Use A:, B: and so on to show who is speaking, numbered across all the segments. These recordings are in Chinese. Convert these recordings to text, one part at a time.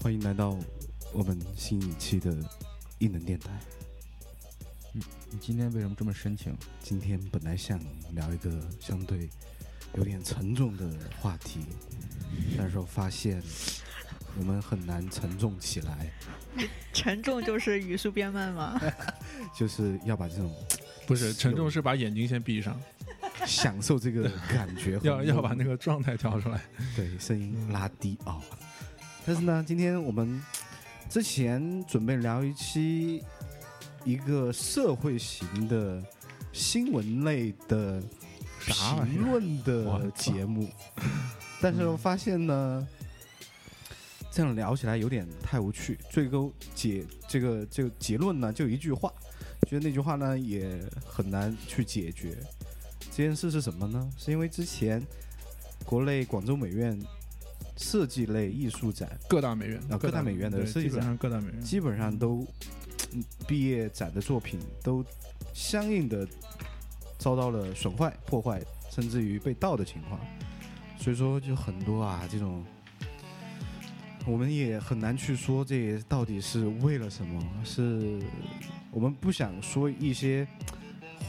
A: 欢迎来到我们新一期的异能电台。
B: 你今天为什么这么深情？
A: 今天本来想聊一个相对有点沉重的话题，但是我发现我们很难沉重起来，
C: 沉重就是语速变慢吗？
A: 哎就是要把这种
D: 不是沉重，是把眼睛先闭上，
A: 享受这个感觉和，
D: 要要把那个状态调出来。
A: 对声音拉低啊、但是呢，今天我们之前准备聊一期一个社会型的新闻类的
D: 啥玩意
A: 评
D: 儿？
A: 论
D: 我
A: 的
D: 操
A: 节 目，但是我发现呢，这样聊起来有点太无趣。最后结这个这个结论呢，就一句话，觉得那句话呢也很难去解决。这件事是什么呢？是因为之前国内广州美院设计类艺术展
D: 各大美院
A: 啊，各大美院的
D: 对
A: 设计
D: 基本
A: 展
D: 上各大美院。
A: 基本上都嗯毕业展的作品都相应的遭到了损坏、破坏，甚至于被盗的情况。所以说，就很多啊这种，我们也很难去说这到底是为了什么，是我们不想说一些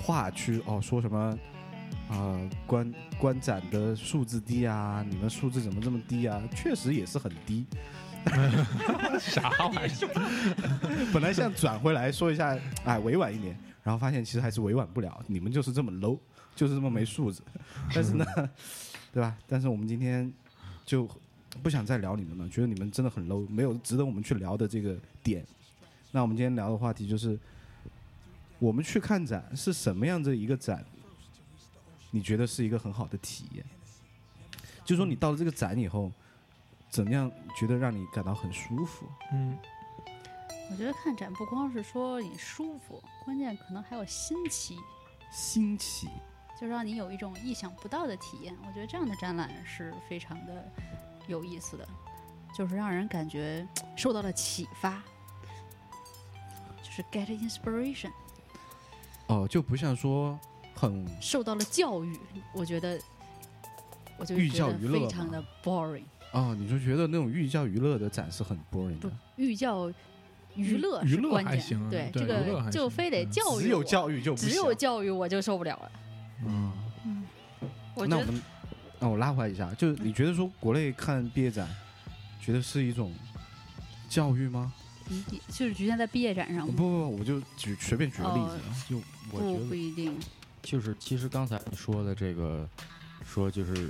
A: 话去哦说什么。啊、观观展的数字低啊，你们数字怎么这么低啊？确实也是很低，
D: 啥玩意儿？
A: 本来想转回来说一下，哎，委婉一点，然后发现其实还是委婉不了，你们就是这么 low，就是这么没素质。但是呢， 对吧？但是我们今天就不想再聊你们了，觉得你们真的很 low，没有值得我们去聊的这个点。那我们今天聊的话题就是，我们去看展是什么样的一个展？你觉得是一个很好的体验？就说你到了这个展以后，怎样觉得让你感到很舒服？
D: 嗯，
E: 我觉得看展不光是说你舒服，关键可能还有新奇，
A: 新奇，
E: 就让你有一种意想不到的体验。我觉得这样的展览是非常的有意思的，就是让人感觉受到了启发，就是 get inspiration，
A: 哦，就不像说很
E: 受到了教育。我觉得，我就
A: 寓
E: 觉
A: 教
E: 得
A: 于乐
E: 非
A: 嘛
E: 常的 boring，
A: 哦，你就觉得那种寓教于乐的展示很 boring
E: 不
A: 的，
E: 寓教于乐
D: 娱
E: 是
D: 乐
E: 关
D: 还
E: 键。
D: 行啊
E: 对
D: 对
E: 这
D: 娱乐还
E: 个就
D: 行
E: 非得
D: 嗯
E: 教育我，
A: 只有教育就不
E: 只有教育我就受不了了。
A: 嗯，
E: 我
A: 那
E: 觉
A: 我
E: 得
A: 们那我拉回来一下，就是你觉得说国内看毕业展，觉得是一种教育吗？
E: 你你就是局限在毕业展上
A: 不
E: 吗
A: 不不，我就举随便举个例
E: 哦
A: 子啊，就
B: 我
E: 不
B: 觉
E: 不
B: 得
E: 一定，
B: 就是，其实刚才你说的这个，说就是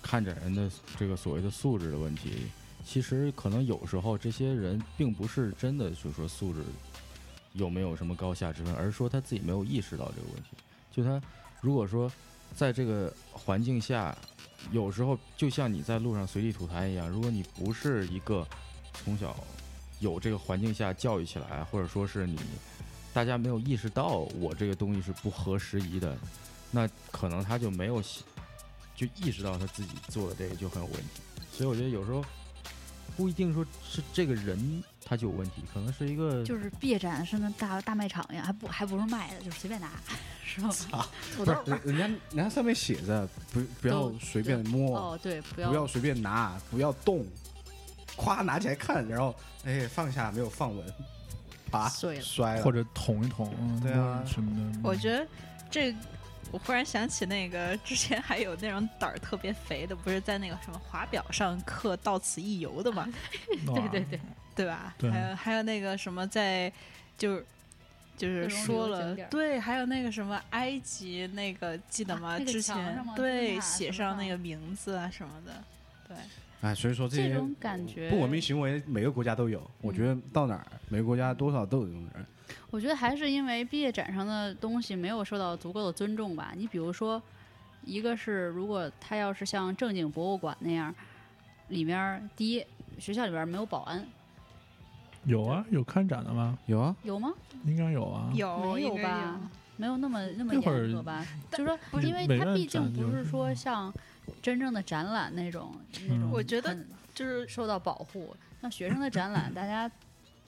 B: 看展人的这个所谓的素质的问题，其实可能有时候这些人并不是真的就是说素质有没有什么高下之分，而是说他自己没有意识到这个问题。就他如果说在这个环境下，有时候就像你在路上随地吐痰一样，如果你不是一个从小有这个环境下教育起来，或者说是你大家没有意识到我这个东西是不合时宜的，那可能他就没有喜就意识到他自己做的这个就很有问题。所以我觉得有时候不一定说是这个人他就有问题，可能是一个
E: 就是毕业展是那大大卖场呀，还不还不是卖的，就是随便拿，是吧？ 土
A: 啊不
E: 豆
A: 是哦
E: 儿。
A: 人人家人家上面写着不不要
E: 都
A: 随便摸，
E: 哦，对，不
A: 不要随便拿，不要动，夸拿起来看，然后哎放下没有放稳，啊
E: 碎了。
A: 摔了
D: 或者捅一捅，嗯
A: 对啊
D: 什么的。嗯
C: 我觉得这，我忽然想起那个之前还有那种胆儿特别肥的，不是在那个什么华表上刻“到此一游”的 嘛，
D: 哇
E: 对对对，
C: 对吧？
D: 对
C: 还有还有那个什么在，就是就是
E: 各种旅游
C: 说了
E: 景点儿
C: 对，还有那个什么埃及那个记得吗？
E: 啊那个
C: 之
E: 墙
C: 前
E: 上吗灯
C: 对
E: 塔
C: 写
E: 什么
C: 上那
E: 的
C: 个名字啊什么的，对。
A: 哎，所以说这
E: 这
A: 些嗯
E: 种感觉嗯
A: 不文明行为，每个国家都有。我觉得到哪儿，每个国家多少都有这种人。
E: 我觉得还是因为毕业展上的东西没有受到足够的尊重吧。你比如说，一个是如果他要是像正经博物馆那样，里面儿第一学校里边儿没有保安，
D: 有啊，有看展的吗？
A: 有啊，
E: 有吗？
D: 应该有啊。
C: 有
E: 没有
C: 应该
E: 吧？
A: 嗯
E: 没有那么那么
D: 那会儿
E: 严格吧？就说，
D: 不是
E: 因为
D: 美
E: 它
D: 院
E: 毕竟
D: 展
E: 不
D: 就是
E: 说像真正的展览那种那种，
D: 嗯
C: 我觉得就是
E: 受到保护。像学生的展览，大家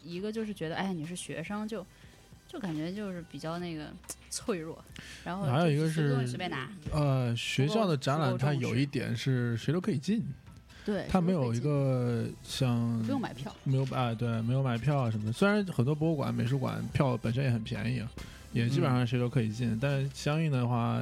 E: 一个就是觉得，哎呀，你是学生就。就感觉就是比较那个脆弱，然后
D: 还有
E: 就
D: 一个
E: 随便
D: 是
E: 随便拿，
D: 呃，学校的展
E: 不够
D: 览它
E: 重视
D: 有一点是谁都可以进，
E: 对，
D: 它
E: 是
D: 没
E: 会
D: 有一
E: 进
D: 个像
E: 不用买票，
D: 没有啊，对，没有买票啊什么的。虽然很多博物馆、美术馆票本身也很便宜啊，也基本
E: 嗯
D: 上谁都可以进，但相应的话，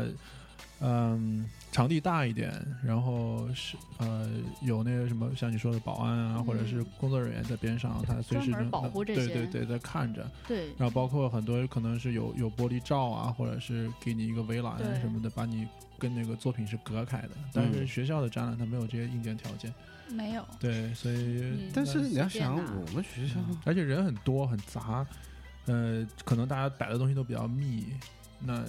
D: 嗯，场地大一点，然后是呃有那个什么像你说的保安啊，
E: 嗯
D: 或者是工作人员在边上，他随时
E: 专门
D: 能
E: 保护这些
D: 对对对，在看着。
E: 对
D: 然后包括很多可能是有有玻璃罩啊，或者是给你一个围栏啊
E: 对嗯
D: 什么的，把你跟那个作品是隔开的。但是学校的展览它没有这些硬件条件，
E: 没有，
D: 对，所以
E: 嗯
A: 但是你要
E: 随便
A: 想，
E: 拿
A: 我们学校
D: 嗯而且人很多很杂，呃，可能大家摆的东西都比较密，那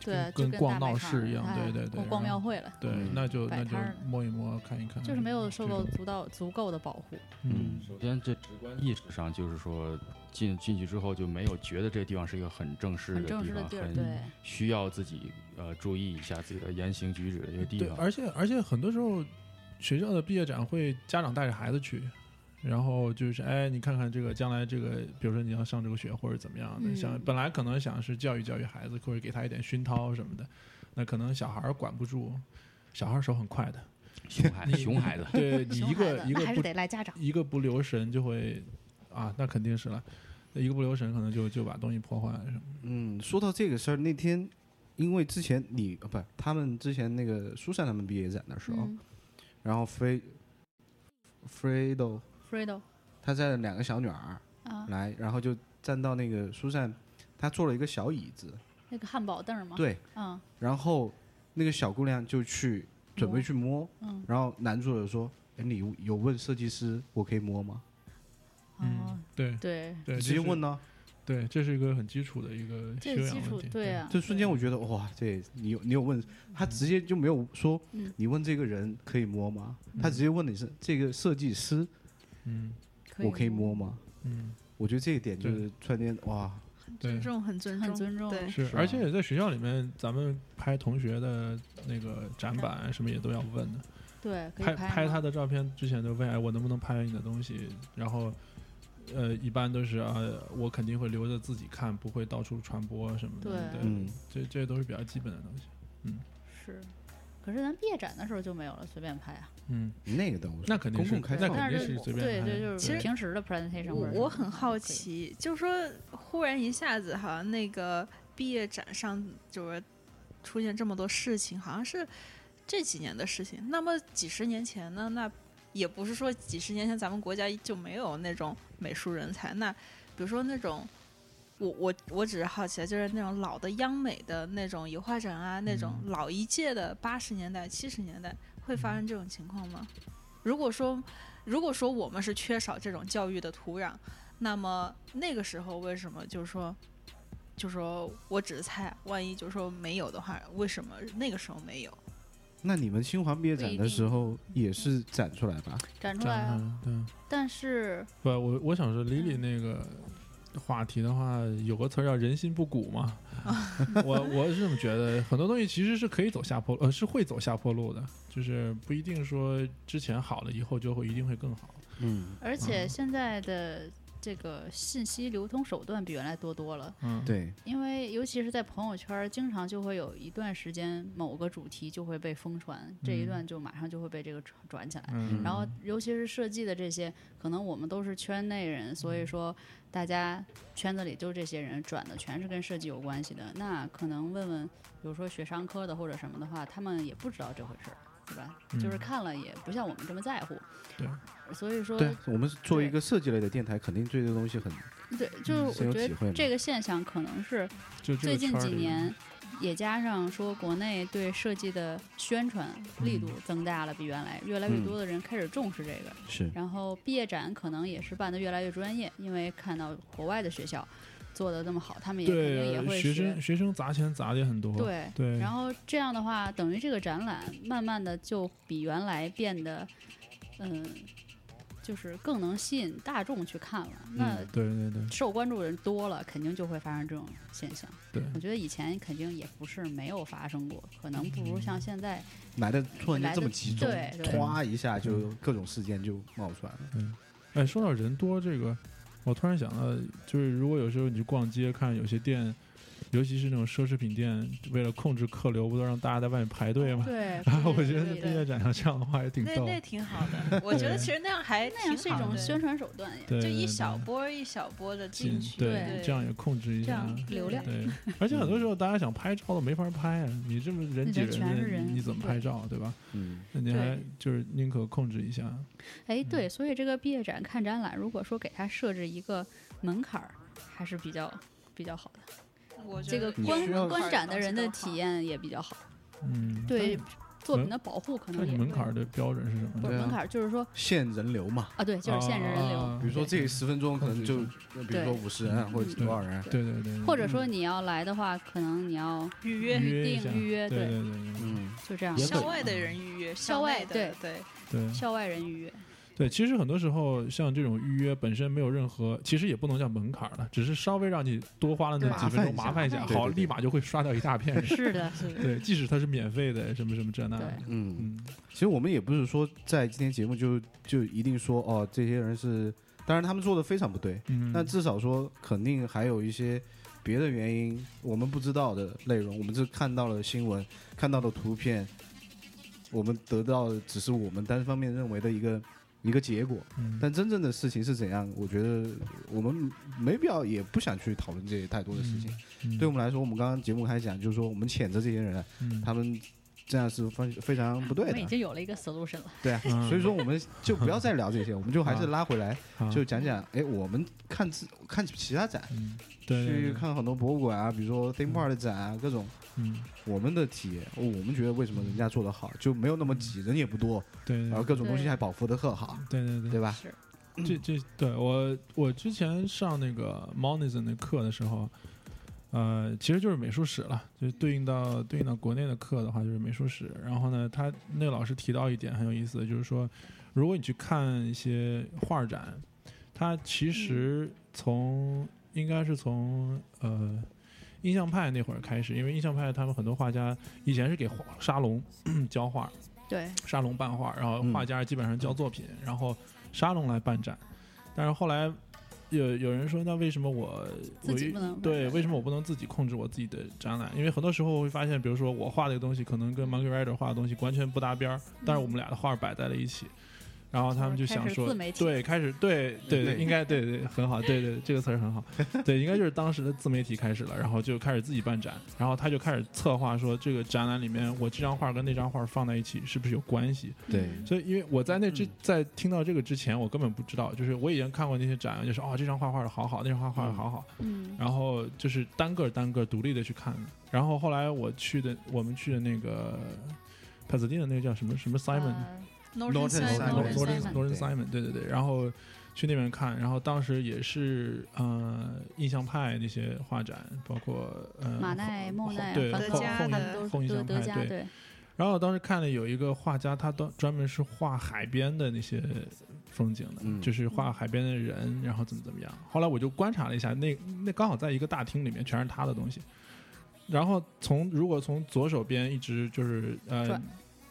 E: 对，就
D: 跟
E: 大
D: 逛
E: 卖
D: 闹
E: 场
D: 市一样
E: 哎
D: 对对对
E: 逛逛
D: 然
E: 庙
D: 后
E: 会了，
D: 对，
A: 嗯
D: 那就
E: 摆
D: 那就
E: 摊儿的
D: 摸一摸看一看，
E: 就是没有受够
D: 嗯这种
E: 足到足够的保护，
D: 嗯，
B: 首先，这直观意识上就是说，进进去之后就没有觉得这地方是一个很正式的
E: 很正
B: 地
E: 式的
B: 方，
E: 地儿，
B: 很
E: 对，
B: 需要自己呃注意一下自己的言行举止的一个地
D: 对，
B: 方。
D: 而且而且很多时候学校的毕业展会，家长带着孩子去。然后就是，哎，你看看这个将来这个，比如说你要上这个学或者怎么样的，
E: 嗯
D: 想本来可能想是教育教育孩子，或者给他一点熏陶什么的，那可能小孩儿管不住，小孩儿手很 快的，
B: 熊孩
D: 你
B: 熊孩子，
D: 对你
E: 熊
D: 一
E: 孩
D: 个
E: 子
D: 一
E: 那
D: 个
E: 还
D: 不
E: 是得赖家长，
D: 一个不留神就会啊，那肯定是了，一个不留神可能就就把东西破坏了什么。
A: 嗯，说到这个事儿，那天因为之前你啊不，他们之前那个疏散他们毕业展的时候，
E: 嗯
A: 然后 Fre Fredo
E: ，Fredo
A: 他带了两个小女儿
E: 啊，
A: 来，然后就站到那个疏散，他坐了一个小椅子，
E: 那个汉堡凳儿嘛，，
A: 对，
E: 嗯
A: 然后那个小姑娘就去准备去摸，
E: 嗯，
A: 然后男主人说：“哎，你有问设计师我可以摸吗嗯
C: 嗯
E: 哦，
D: 嗯对？”
E: 对，
D: 对，
A: 直接
D: 这是
A: 问，呢，
D: 对，这是一个很基础的一个
E: 这
D: 修
E: 是
D: 养
E: 基
D: 问
E: 础
D: 题，
E: 对啊，
A: 就瞬间我觉得哇，这你有你有问，他直接就没有说
E: 嗯
A: 你问这个人可以摸吗？他直接问你是这个设计师
D: 嗯
A: 我可以摸吗？
D: 嗯，
A: 我觉得这一点就是突然间哇，
D: 对
C: 尊。重很尊重，
E: 很尊重
C: 对，
D: 是
A: 是，
D: 而
A: 啊
D: 且在学校里面，咱们拍同学的那个展板啊什么也都要问的，
E: 对，可以
D: 拍
E: 拍吗
D: 他的照片之前都问，哎，我能不能拍你的东西？然后，呃，一般都是啊，我肯定会留着自己看，不会到处传播什么的。对，
E: 对
A: 嗯，
D: 这这都是比较基本的东西。
E: 是，可是咱毕业展的时候就没有了，随便拍啊。
D: 嗯，
A: 那个东西
D: 那肯定
A: 公
D: 是
A: 共开
D: 那
A: 放
D: 肯
E: 但
D: 定
E: 是
D: 是随便
E: 对
D: 拍
E: 对，
D: 的
E: 就是
D: 对
E: 平时的 presentation
C: 我
E: 或者
C: 我
E: 什
C: 很
E: 么
C: 好
E: 都可以，
C: 奇，就说忽然一下子，好像那个毕业展上就是出现这么多事情，好像是这几年的事情。那么几十年前呢？那也不是说几十年前咱们国家就没有那种美术人才。那比如说那种，我我我只是好奇，啊就是那种老的央美的那种油画展啊，那种老一届的八十年代、七十年代会发生这种情况吗？如果说如果说我们是缺少这种教育的土壤，那么那个时候为什么就是说，就说我只是猜，万一就是说没有的话，为什么那个时候没有？
A: 那你们清华毕业展的时候也是展出来吧？
E: 展出
D: 展
E: 来啊。
D: 开对。
E: 但是
D: 不，我我想说，Lily 那个话题的话，有个词儿叫“人心不古”嘛。
E: 啊
D: 我我是这么觉得，很多东西其实是可以走下坡，呃，是会走下坡路的，就是不一定说之前好了，以后就会一定会更好。
A: 嗯，
E: 而且
D: 嗯
E: 现在的这个信息流通手段比原来多多了，
D: 嗯，，
A: 对，
E: 因为尤其是在朋友圈儿，经常就会有一段时间某个主题就会被疯传，这一
D: 嗯
E: 段就马上就会被这个传转起来。
D: 嗯，
E: 然后，尤其是设计的这些，可能我们都是圈内人，所以说大家圈子里就这些人转的全是跟设计有关系的。那可能问问，比如说学商科的或者什么的话，他们也不知道这回事儿，对吧？就是
D: 嗯
E: 看了也不像我们这么在乎。
D: 对。
E: 所以说，
A: 对啊，我们作为一个设计类的电台，肯定对这个东西很
E: 对，就是
A: 深
E: 我
A: 有
E: 觉
A: 体会
E: 得
A: 嘛
E: 这个现象可能是
D: 就这
E: 最
D: 个
E: 近
D: 圈儿
E: 几
D: 里
E: 年，也加上说国内对设计的宣传力度增大了，比原来越来越
A: 嗯
E: 多的人开始重视这个。
A: 是
E: 然后毕业展可能也是办得越来越专业，因为看到国外的学校做得这么好，他们也肯定也
D: 对
E: 会
D: 学
E: 学
D: 生学生砸钱砸的也很多。
E: 对。
D: 对，
E: 然后这样的话，等于这个展览慢慢的就比原来变得，嗯、就是更能吸引大众去看了。那
D: 嗯对对对
E: 受关注人多了，肯定就会发生这种现象。
D: 对，
E: 我觉得以前肯定也不是没有发生过，可能不如像现在，
A: 来的突然间这么集中
E: 来得，对对
A: 唰一下就各种事件就冒出来了。
D: 哎，说到人多这个，我突然想到，就是如果有时候你去逛街，看有些店，尤其是那种奢侈品店，为了控制客流，不都让大家在外面排队 吗？
E: 对，
D: 然嗯后我
E: 对
D: 觉得
E: 对
D: 毕
E: 对
D: 业展上这样的话也挺
C: 那
D: 逗，
C: 那挺好 的，我觉得其实那样还
E: 那样
C: 挺
E: 是一
C: 好
E: 种
C: 的
E: 宣传手段也。
D: 对
C: 就
D: 对
C: 一
D: 对
C: 小波儿一小波的进
D: 进
C: 去，
D: 对，这样也控制一
E: 这
D: 下
E: 样。 流量
D: 对，而且很多时候大家想拍照都没法拍啊，你这么人挤
E: 人全是
D: 的，
E: 人
D: 你你怎么拍照对吧？
B: 嗯，
D: 那你
E: 对
D: 还就是宁可控制一下，
E: 哎，
D: 嗯
E: 对，所以这个毕业展看展览，如果说给它设置一个门槛儿，还是比较比较好的。
C: 我觉
E: 这个
C: 得
E: 观
A: 需要
E: 观展的人的体
C: 验，
E: 验也比较好，
D: 嗯，
E: 对作品
D: 门
E: 的保护可
D: 那
E: 能
D: 你
E: 也
D: 门槛儿的标准是什么
E: 不
D: 呢？
E: 是
A: 对啊
E: 门槛儿，就是说
A: 限人流嘛。
E: 啊，对，就是限制人流。
D: 啊
A: 比如说这十分钟可能就，比如
E: 对
A: 说五十人啊或者多少人啊，
D: 对对对，
E: 或者说你要来的话，可能你要
C: 预约
D: 嗯预约一
E: 定
D: 下
E: 预约，
D: 对
E: 对，
D: 对对
A: 嗯，
E: 就这样
B: 也。
C: 校
B: 可以
C: 外的人预约，
E: 校
C: 校
E: 外
C: 的
E: 对
C: 对，
D: 对
E: 校外 人预约，
D: 对，其实很多时候像这种预约本身没有任何，其实也不能叫门槛儿了，只是稍微让你多花了那
E: 对
D: 几分钟麻
E: 麻
D: 烦
E: 烦
D: 一
E: 一
D: 下，
E: 下
D: 好，
A: 对对对
D: 立马就会刷掉一大片 人。
E: 是的，是的，
D: 对，即使它是免费的，什么什么这那的，
E: 对
A: 嗯。
D: 嗯，
A: 其实我们也不是说在今天节目就就一定说哦，这些人是，当然他们做的非常不对，
D: 嗯，
A: 那至少说肯定还有一些别的原因我们不知道的内容，我们只看到了新闻，看到了图片，我们得到的只是我们单方面认为的一个一个结果，
D: 嗯
A: 但真正的事情是怎样，我觉得我们没必要也不想去讨论这些太多的事情。
D: 嗯
A: 对我们来说，我们刚刚节目开始讲，就是说我们谴责这些人，
D: 嗯
A: 他们这样是非非常不
E: 我
A: 对
E: 们已
A: 的，
E: 经有了一个 solution 了。
A: 对啊。
D: 嗯
A: 所以说，我们就不要再聊这些，我们就还是拉回来，
D: 嗯好
A: 就讲讲，哎，我们看自看其他展，
D: 嗯对对
A: 去
D: 对
A: 看很多博物馆啊，比如说 theme park 的展啊，各种
D: 嗯
A: 我们的体验，我们觉得为什么人家做的好，就没有那么挤，人也不多，
D: 对
A: 然后
D: 对
A: 各种东西
E: 对
A: 还保护的特好，
D: 对对
A: 对吧？
E: 是，
D: 这这对我我之前上那个 Monism 的课的时候，呃，其实就是美术史了，就是对应到对应到国内的课的话，就是美术史。然后呢，他那个老师提到一点很有意思的，就是说，如果你去看一些画展，它其实从、应该是从呃。印象派那会儿开始，因为印象派他们很多画家以前是给画沙龙 教画，
E: 对，
D: 沙龙办画，然后
A: 嗯
D: 画家基本上交作品，然后沙龙来办展。但是后来有有人说，那为什么我
E: 自己
D: 我
E: 不能
D: 对为什么我不能自己控制我自己的展览？因为很多时候会发现，比如说我画的一个东西，可能跟 Monkey Rider 画的东西完全不搭边儿，但是我们俩的画摆在了一起。然后他们就想
E: 开始
D: 说
E: 自媒，体嗯
D: 对，开始对对对，
A: 对
D: 应该对对很好，对对这个词儿很好，对，应该就是当时的自媒体开始了，然后就开始自己办展，然后他就开始策划说这个展览里面我这张画跟那张画放在一起是不是有关系？
A: 对
E: 嗯
D: 所以，因为我在那之在听到这个之前，我根本不知道，就是我以前看过那些展，就是哦，这张画画的好好，那张画画的好好，
E: 嗯，
D: 然后就是单个单个独立的去看。然后后来我去的，我们去的那个帕斯蒂的那个叫什么什么 Simon，
E: 呃
C: ，Norton
A: Norton Simon
C: Simon，
D: 罗
E: Norton
D: 林
E: Simon
D: 罗林
A: 对
D: Simon，对对对，然后去那边看，然后当时也是呃印象派那些画展，包括呃
E: 马奈、
D: 后
E: 莫奈、
D: 对
E: 梵
C: 德
E: 高，
D: 后后
C: 加
E: 他
D: 印
E: 们都
D: 后印
E: 是德
D: 象派
E: 德加，
D: 对
E: 对，
D: 然后我当时看了有一个画家，他专专门是画海边的那些风景的，
A: 嗯
D: 就是画海边的人，然后怎么怎么样。后来我就观察了一下，那那刚好在一个大厅里面，全是他的东西。然后从如果从左手边一直就是呃
E: 转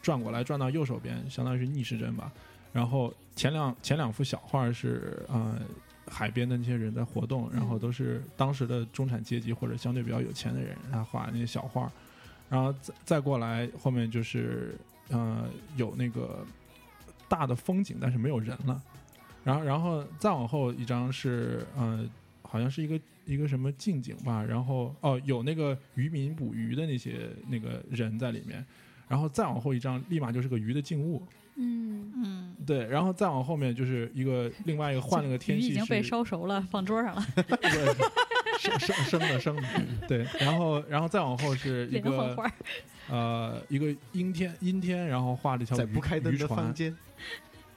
D: 转过来转到右手边，相当于是逆时针吧。然后前两前两幅小画是呃海边的那些人在活动，然后都是当时的中产阶级或者相对比较有钱的人，他画那些小画。然后再再过来后面就是呃有那个大的风景，但是没有人了。然后然后再往后一张是呃好像是一个一个什么近景吧，然后哦有那个渔民捕鱼的那些那个人在里面，然后再往后一张立马就是个鱼的静物，
E: 嗯，
C: 嗯，
D: 对，然后再往后面就是一个另外一个换了个天
E: 鱼
D: 气
E: 已经被
D: 是
E: 烧熟了，放桌上了，
D: 对生生生的生的， 对，然后然后再往后是一
E: 连环
D: 个
E: 画儿，
D: 呃一个阴天阴天，然后画了一条
A: 在
D: 渔
A: 不开灯
D: 渔
A: 的
D: 船
A: 房，间，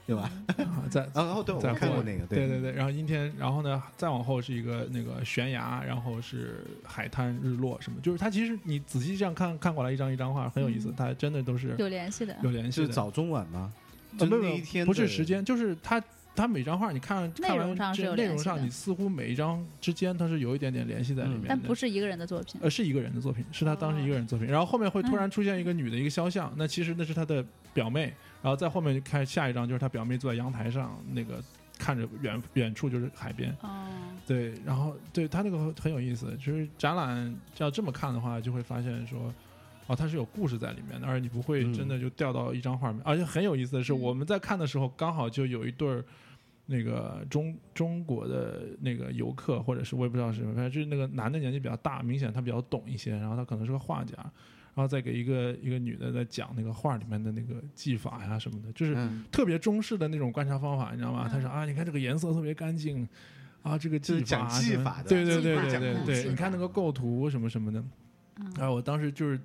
A: 对 吧？
D: 啊 在
A: 啊然后对，我
D: 在
A: 看
D: 户
A: 过
D: 外
A: 那个，
D: 对对对，然后阴天，然后呢，再往后是一个那个悬崖，然后是海滩、日落什么，就是它其实你仔细这样看看过来一张一张画，很有意思，
E: 嗯
D: 它真的都是
E: 有联系的，
D: 有联
A: 就
D: 系
A: 是
D: 的。
A: 早中晚吗？
D: 呃
A: 就
D: 没有
A: 那
D: 没有
A: 一天
D: 不是
A: 的
D: 时间，就是它它每张画你看看
E: 内容
D: 完
E: 上是
D: 这
E: 有
D: 内
E: 联
D: 容
E: 系
D: 上
E: 的
D: 你似乎每一张之间它是有一点点联系在里
A: 嗯
D: 面的，
E: 但不是一个人的作品，
D: 呃，是一个人的作品，是他当时一个人的作品。然后后面
E: 嗯
D: 会突然出现一个女的一个肖像，那其实那是他的表妹。然后在后面就开下一张就是他表妹坐在阳台上那个看着远远处就是海边，
E: 哦，
D: 对，然后对它这个很有意思。其实展览要这么看的话，就会发现说，哦，它是有故事在里面的，而你不会
B: 嗯
D: 真的就掉到一张画面。而且很有意思的是，
E: 嗯
D: 我们在看的时候，刚好就有一对儿那个中中国的那个游客，或者是我也不知道是什么，反正就是那个男的年纪比较大，明显他比较懂一些，然后他可能是个画家。然后再给一个一个女的在讲那个画里面的那个技法呀什么的，就是
B: 嗯，
D: 特别中式的那种观察方法，你知道吗？
C: 嗯
D: 他说啊，你看这个颜色特别干净，啊，这个
A: 就
D: 技法
A: 是讲技法
D: 什么
A: 的
D: 对对
E: 技
D: 对
E: 法
D: 对
E: 讲
D: 对
E: 技
D: 对，
E: 法
D: 你看那
A: 嗯
D: 个构图什么什么的，
E: 嗯，
D: 啊，我当时就是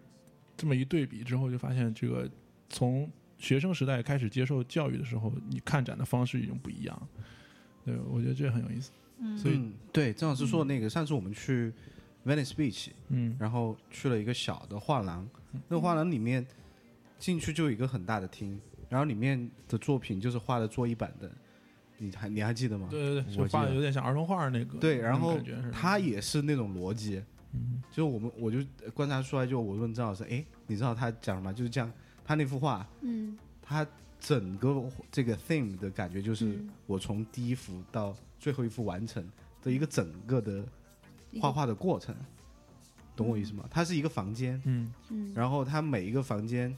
D: 这么一对比之后，就发现这个从学生时代开始接受教育的时候，你看展的方式已经不一样。对，我觉得这很有意思。
C: 嗯
D: 所以
A: 嗯，对，郑老师说的那个，上次我们去 Venice Beach，
D: 嗯
A: 然后去了一个小的画廊，那个画廊里面进去就有一个很大的厅，然后里面的作品就是画的桌椅板凳，你还你还记得吗？
D: 对对对，
B: 我
D: 就
B: 记
D: 画
B: 得
D: 的有点像儿童画那个。
A: 对然
D: 那种
A: 后
D: 感觉是
A: 他也是那种逻辑，
D: 嗯
A: 就是我们我就观察出来，就我问郑老师，哎，你知道他讲什么？就是这样，他那幅画，
E: 嗯，
A: 他整个这个 theme 的感觉就是
E: 嗯
A: 我从第一幅到最后一幅完成的一个整个的
E: 一
A: 画
E: 个，
A: 画的过程，懂我意思吗？它是一个房间，
D: 嗯
E: 嗯，
A: 然后它每一个房间，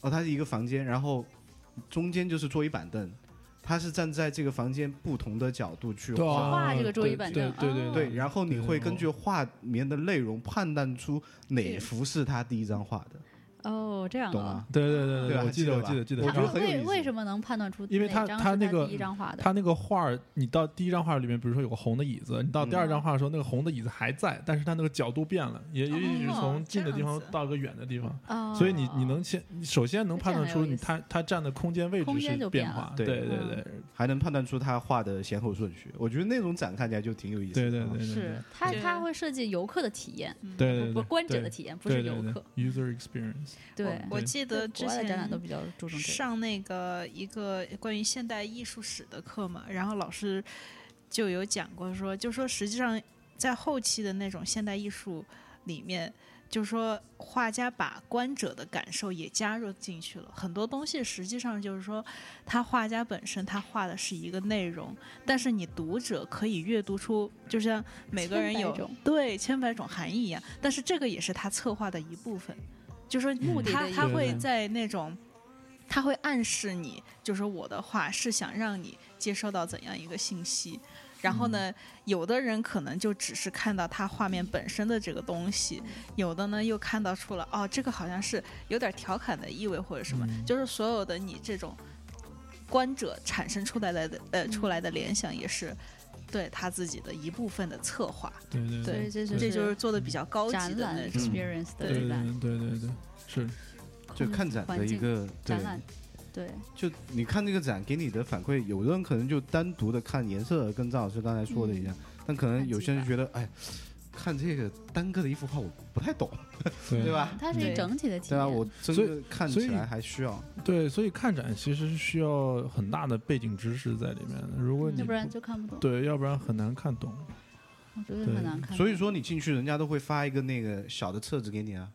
A: 哦，它是一个房间，然后中间就是桌椅板凳，它是站在这个房间不同的角度去
D: 对啊
A: 画，
E: 画这个桌椅板凳
D: 对对对
E: 哦
A: 对，然后你会根据画里面的内容判断出哪幅是他第一张画的，
E: 哦，这样
A: 懂
E: 啊
A: 吗。？
D: 对对对
A: 对吧
D: 我记得
A: 记得
D: 我
A: 吧
D: 记得记得。
A: 我
E: 他
A: 觉得
E: 们
A: 很有意
E: 为
A: 思
E: 为什么能判断出
D: 因为
E: 哪
D: 他
E: 张
D: 他
E: 是
D: 那个
E: 第一张画的？
D: 他那个画儿，你到第一张画里面，比如说有个红的椅子，你到第二张画的时候，那个红的椅子还
E: 嗯
D: 在，但是它那个角度变了，也也许是从近的地
C: 这
D: 方
C: 样子
D: 到一个远的地方，
E: 哦
D: 所以你你能先你首先能判断出
E: 这样有
D: 你
E: 意思
D: 它它占的空间位置
E: 空间
D: 是
E: 就
D: 变
E: 变了
D: 化，
A: 对
D: 对对
E: 嗯
D: 对
A: 还能判断出他画的先后顺序。我觉得那种展看起来就挺有意思的。
D: 对对对对
E: 是他
C: 对
E: 他会设计游客的体验，
C: 嗯
D: 对对
E: 不
D: 对，
E: 不观者的
D: 对
E: 体验，不是游
D: 对对
E: 客。
D: 对 user experience，
E: 对，
C: 我
D: 对
C: 记得
E: 对
C: 之
E: 国外的展览都
C: 前
E: 比较注重这个。
C: 上那个一个关于现代艺术史的课嘛，然后老师就有讲过说，就说实际上在后期的那种现代艺术里面，就说画家把观者的感受也加入进去了，很多东西实际上就是说，他画家本身他画的是一个内容，但是你读者可以阅读出，就像每个
E: 千
C: 人
E: 百
C: 有
E: 种
C: 对千百种含义一样，但是这个也是他策划的一部分，就说
E: 目的
C: 嗯他
E: 的一
C: 他
E: 部
C: 会
E: 分
C: 在那种，他会暗示你，就说我的话是想让你接收到怎样一个信息。然后呢，有的人可能就只是看到他画面本身的这个东西，有的呢又看到出了哦，这个好像是有点调侃的意味或者什么，
D: 嗯
C: 就是所有的你这种观者产生出来的呃出来的联想，也是对他自己的一部分的策划，
D: 对对
E: 所
D: 对
E: 以这就
C: 这
E: 是
C: 就是做的比较高级
E: 展
C: 的
E: 览嗯
C: 那种。
E: experience 的
D: 对
E: 一
D: 对
E: 个
D: 对对对对，是
A: 就看嗯展的一个对
E: 展览，对，
A: 就你看这个展给你的反馈，有的人可能就单独的看颜色，跟张老师刚才说的一样，但可能有些人觉得，哎，嗯看这个单个的一幅画我不太懂， 对吧？
E: 它是一
C: 对
E: 整体的体
A: 对
E: 验。
A: 啊，我真
D: 所
A: 的看起来还需要，
D: 对，所以看展其实是需要很大的背景知识在里面的，如果你
E: 嗯要不然就看不懂，
D: 对，要不然很难看懂。
E: 我觉得
D: 对
E: 很难看。
A: 所以说你进去，人家都会发一个那个小的册子给你啊。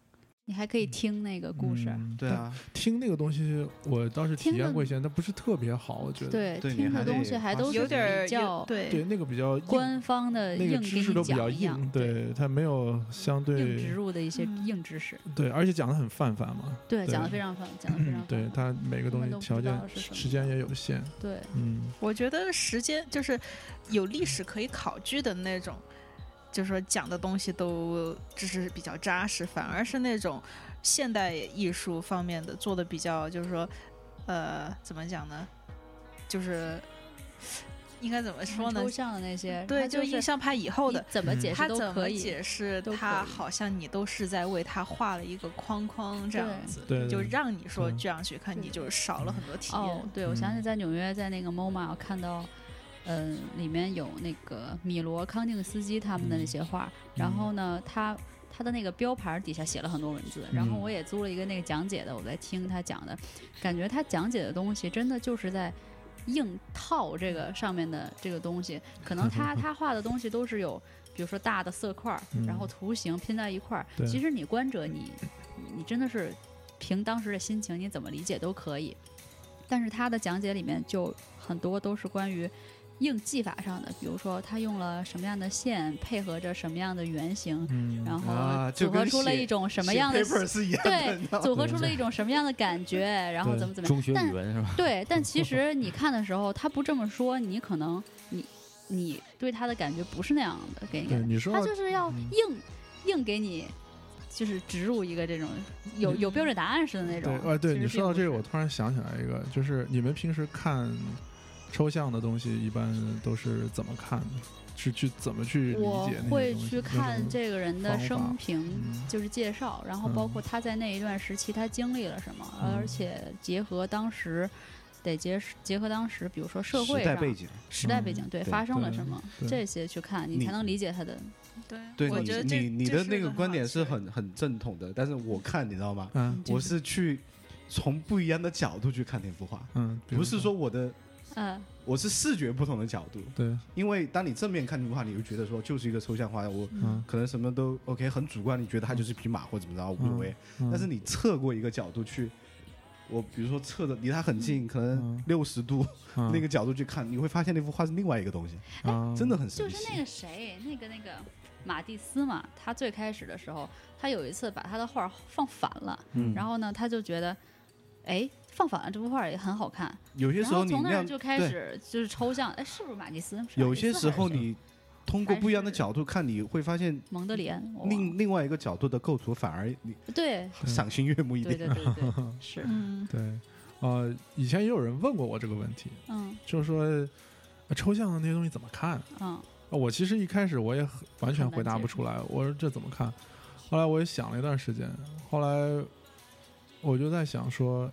E: 你还可以听那个故事，
D: 嗯
A: 对，啊，
D: 但听那个东西我倒是体
E: 听
D: 验
E: 的
D: 过一些，但不是特别好，我觉得。
E: 对，
A: 对你
E: 听
A: 还
E: 的
A: 得
E: 东西还
A: 花
E: 都是
A: 时
C: 有点儿
E: 比较
C: 有对
D: 对，那个比较硬，
E: 官方的
D: 那个
E: 硬给
D: 知识
E: 你
D: 都比较
E: 讲一样
D: 硬，，对，它没有相
E: 硬植
D: 对
E: 入的一些
C: 嗯
E: 硬知识，
D: 对，而且讲的很泛泛嘛。
E: 对，
D: 对嗯
E: 讲的非常泛，讲的非常泛。
D: 对，它每个
E: 根
D: 东
E: 本
D: 西条
E: 啊都不知
D: 件
E: 道是什么
D: 时间也有限，
E: 对，
D: 嗯，
C: 我觉得时间就是有历史可以考据的那种，就是说讲的东西都知识比较扎实，反而是那种现代艺术方面的做的比较，就是说，呃，怎么讲呢？就是应该怎么说
E: 很
C: 呢
E: 抽？象的那些，
C: 对，
E: 它就
C: 就是印象派以后的
E: 你，怎么解
C: 他
E: 释都
C: 怎
E: 可
C: 么
E: 以。
C: 解释
E: 都，可
C: 他
E: 以
C: 好像你都是在为他画了一个框框这样
E: 对
C: 子，
D: 对
C: 就
D: 对
C: 让你说
D: 嗯
C: 这样去看，
E: 对
C: 你就少了很多体
E: 哦
C: 验。，
E: 对，我想起
D: 嗯
E: 在纽约，在那个 MoMA 我看到，嗯、里面有那个米罗康定斯基他们
D: 嗯
E: 的那些画，然后呢，他他的那个标牌底下写了很多文字，然后
D: 嗯
E: 我也租了一个那个讲解的，我在听他讲的，感觉他讲解的东西真的就是在。硬套这个上面的这个东西，可 能他他画的东西都是有，比如说大的色块儿，然后
D: 嗯
E: 图形拼在一块儿。
D: 对
E: 其实你观者你，你真的是凭当时的心情，你怎么理解都可以。但是他的讲解里面就很多都是关于硬技法上的，比如说他用了什么样的线，配合着什么样的圆形，
D: 嗯，
E: 然后
A: 啊就
E: 组合
A: 跟
E: 出了
A: 写
E: 一种什么样的
A: 写 paper 是一样的，你知道
E: 对，
A: 吗
E: 组合出了一种什么样的感觉，然后
D: 对
E: 怎么怎么样。
B: 中学
E: 但
B: 语文是吧？
E: 对，但其实你看的时候，他不这么说，你可能你你对他的感觉不是那样的，给你
D: 对
E: 感觉，
D: 你说
E: 他
D: 到
E: 就是要
D: 嗯
E: 硬、硬给你就是植入一个这种有有标准答案似的那
D: 对
E: 种。，
D: 啊，对
E: 其
D: 你
E: 实
D: 说到
E: 并
D: 这个，
E: 不
D: 我
E: 是
D: 突然想起来一个，就是你们平时看抽象的东西，一般都是怎么看的？是去怎么去理
E: 我
D: 解那些
E: 会
D: 东西
E: 去看，这个人的
D: 方法
E: 生平
D: 嗯，
E: 就是介绍，然后包括他在那一段时期他经历了什么，
D: 嗯
E: 而且结合当时。得结结合当时，比如说社会
A: 时代
E: 上
A: 背景，
E: 时代背景，对
A: 对
E: 发生了
D: 嗯对
E: 什么
D: 对
E: 这些去看，你
A: 你
E: 才能理解他的
C: 对，
A: 对
C: 我
A: 你
C: 觉得这
A: 你你
C: 这
A: 的
C: 是
A: 那
C: 一
A: 个
C: 很
A: 观
C: 好
A: 点
C: 的
A: 是
C: 事
A: 很很正统的，但是我看你知道吗？
D: 嗯
E: 就
A: 我
E: 是
A: 是去从不一样的角度去看那幅画，
D: 嗯，比如
A: 不是说我的
E: 呃
A: 我是视觉不同的角度，
D: 对，
A: 因为当你正面看那幅画，你就觉得说就是一个抽象画，我
D: 嗯
A: 可能什么都 OK，很主观，你觉得它就是匹马或怎么着无所谓。
D: 嗯
A: 但是你侧过一个角度去，我比如说侧的离它很近，可能
D: 嗯
A: 六十度、
D: 嗯
A: 那个角度去看，你会发现那幅画是另外一个东西，
D: 嗯
A: 真的很神
E: 就
A: 奇。
E: 是那个谁，那个那个马蒂斯嘛，他最开始的时候，他有一次把他的画儿放反了，
A: 嗯
E: 然后呢，他就觉得，哎，放反了这幅画儿也很好看，
A: 有些
E: 然
A: 时候
E: 后
A: 你
E: 从
A: 那
E: 那儿
A: 样
E: 就开
A: 对
E: 始就是抽象，哎，是不是马蒂斯？是马
A: 有
E: 蒂
A: 些
E: 斯
A: 时
E: 还是
A: 候
E: 谁
A: 你通过
E: 还
A: 不一样的
E: 是哦
A: 角度看，你会发现
E: 蒙德里安，我忘了
A: 另另外一个角度的构图反而你
E: 对
A: 赏心悦目一
E: 对
A: 点。
E: 对对对，是
C: 嗯，
D: 对，呃，以前也有人问过我这个问题，
E: 嗯
D: 就是说、呃抽象的那些东西怎么看？
E: 嗯
D: 啊我其实一开始我也很完全
E: 很难
D: 回答
E: 接
D: 不
E: 受
D: 出来，我说这怎么看？后来我也想了一段时间，后来我就在想说，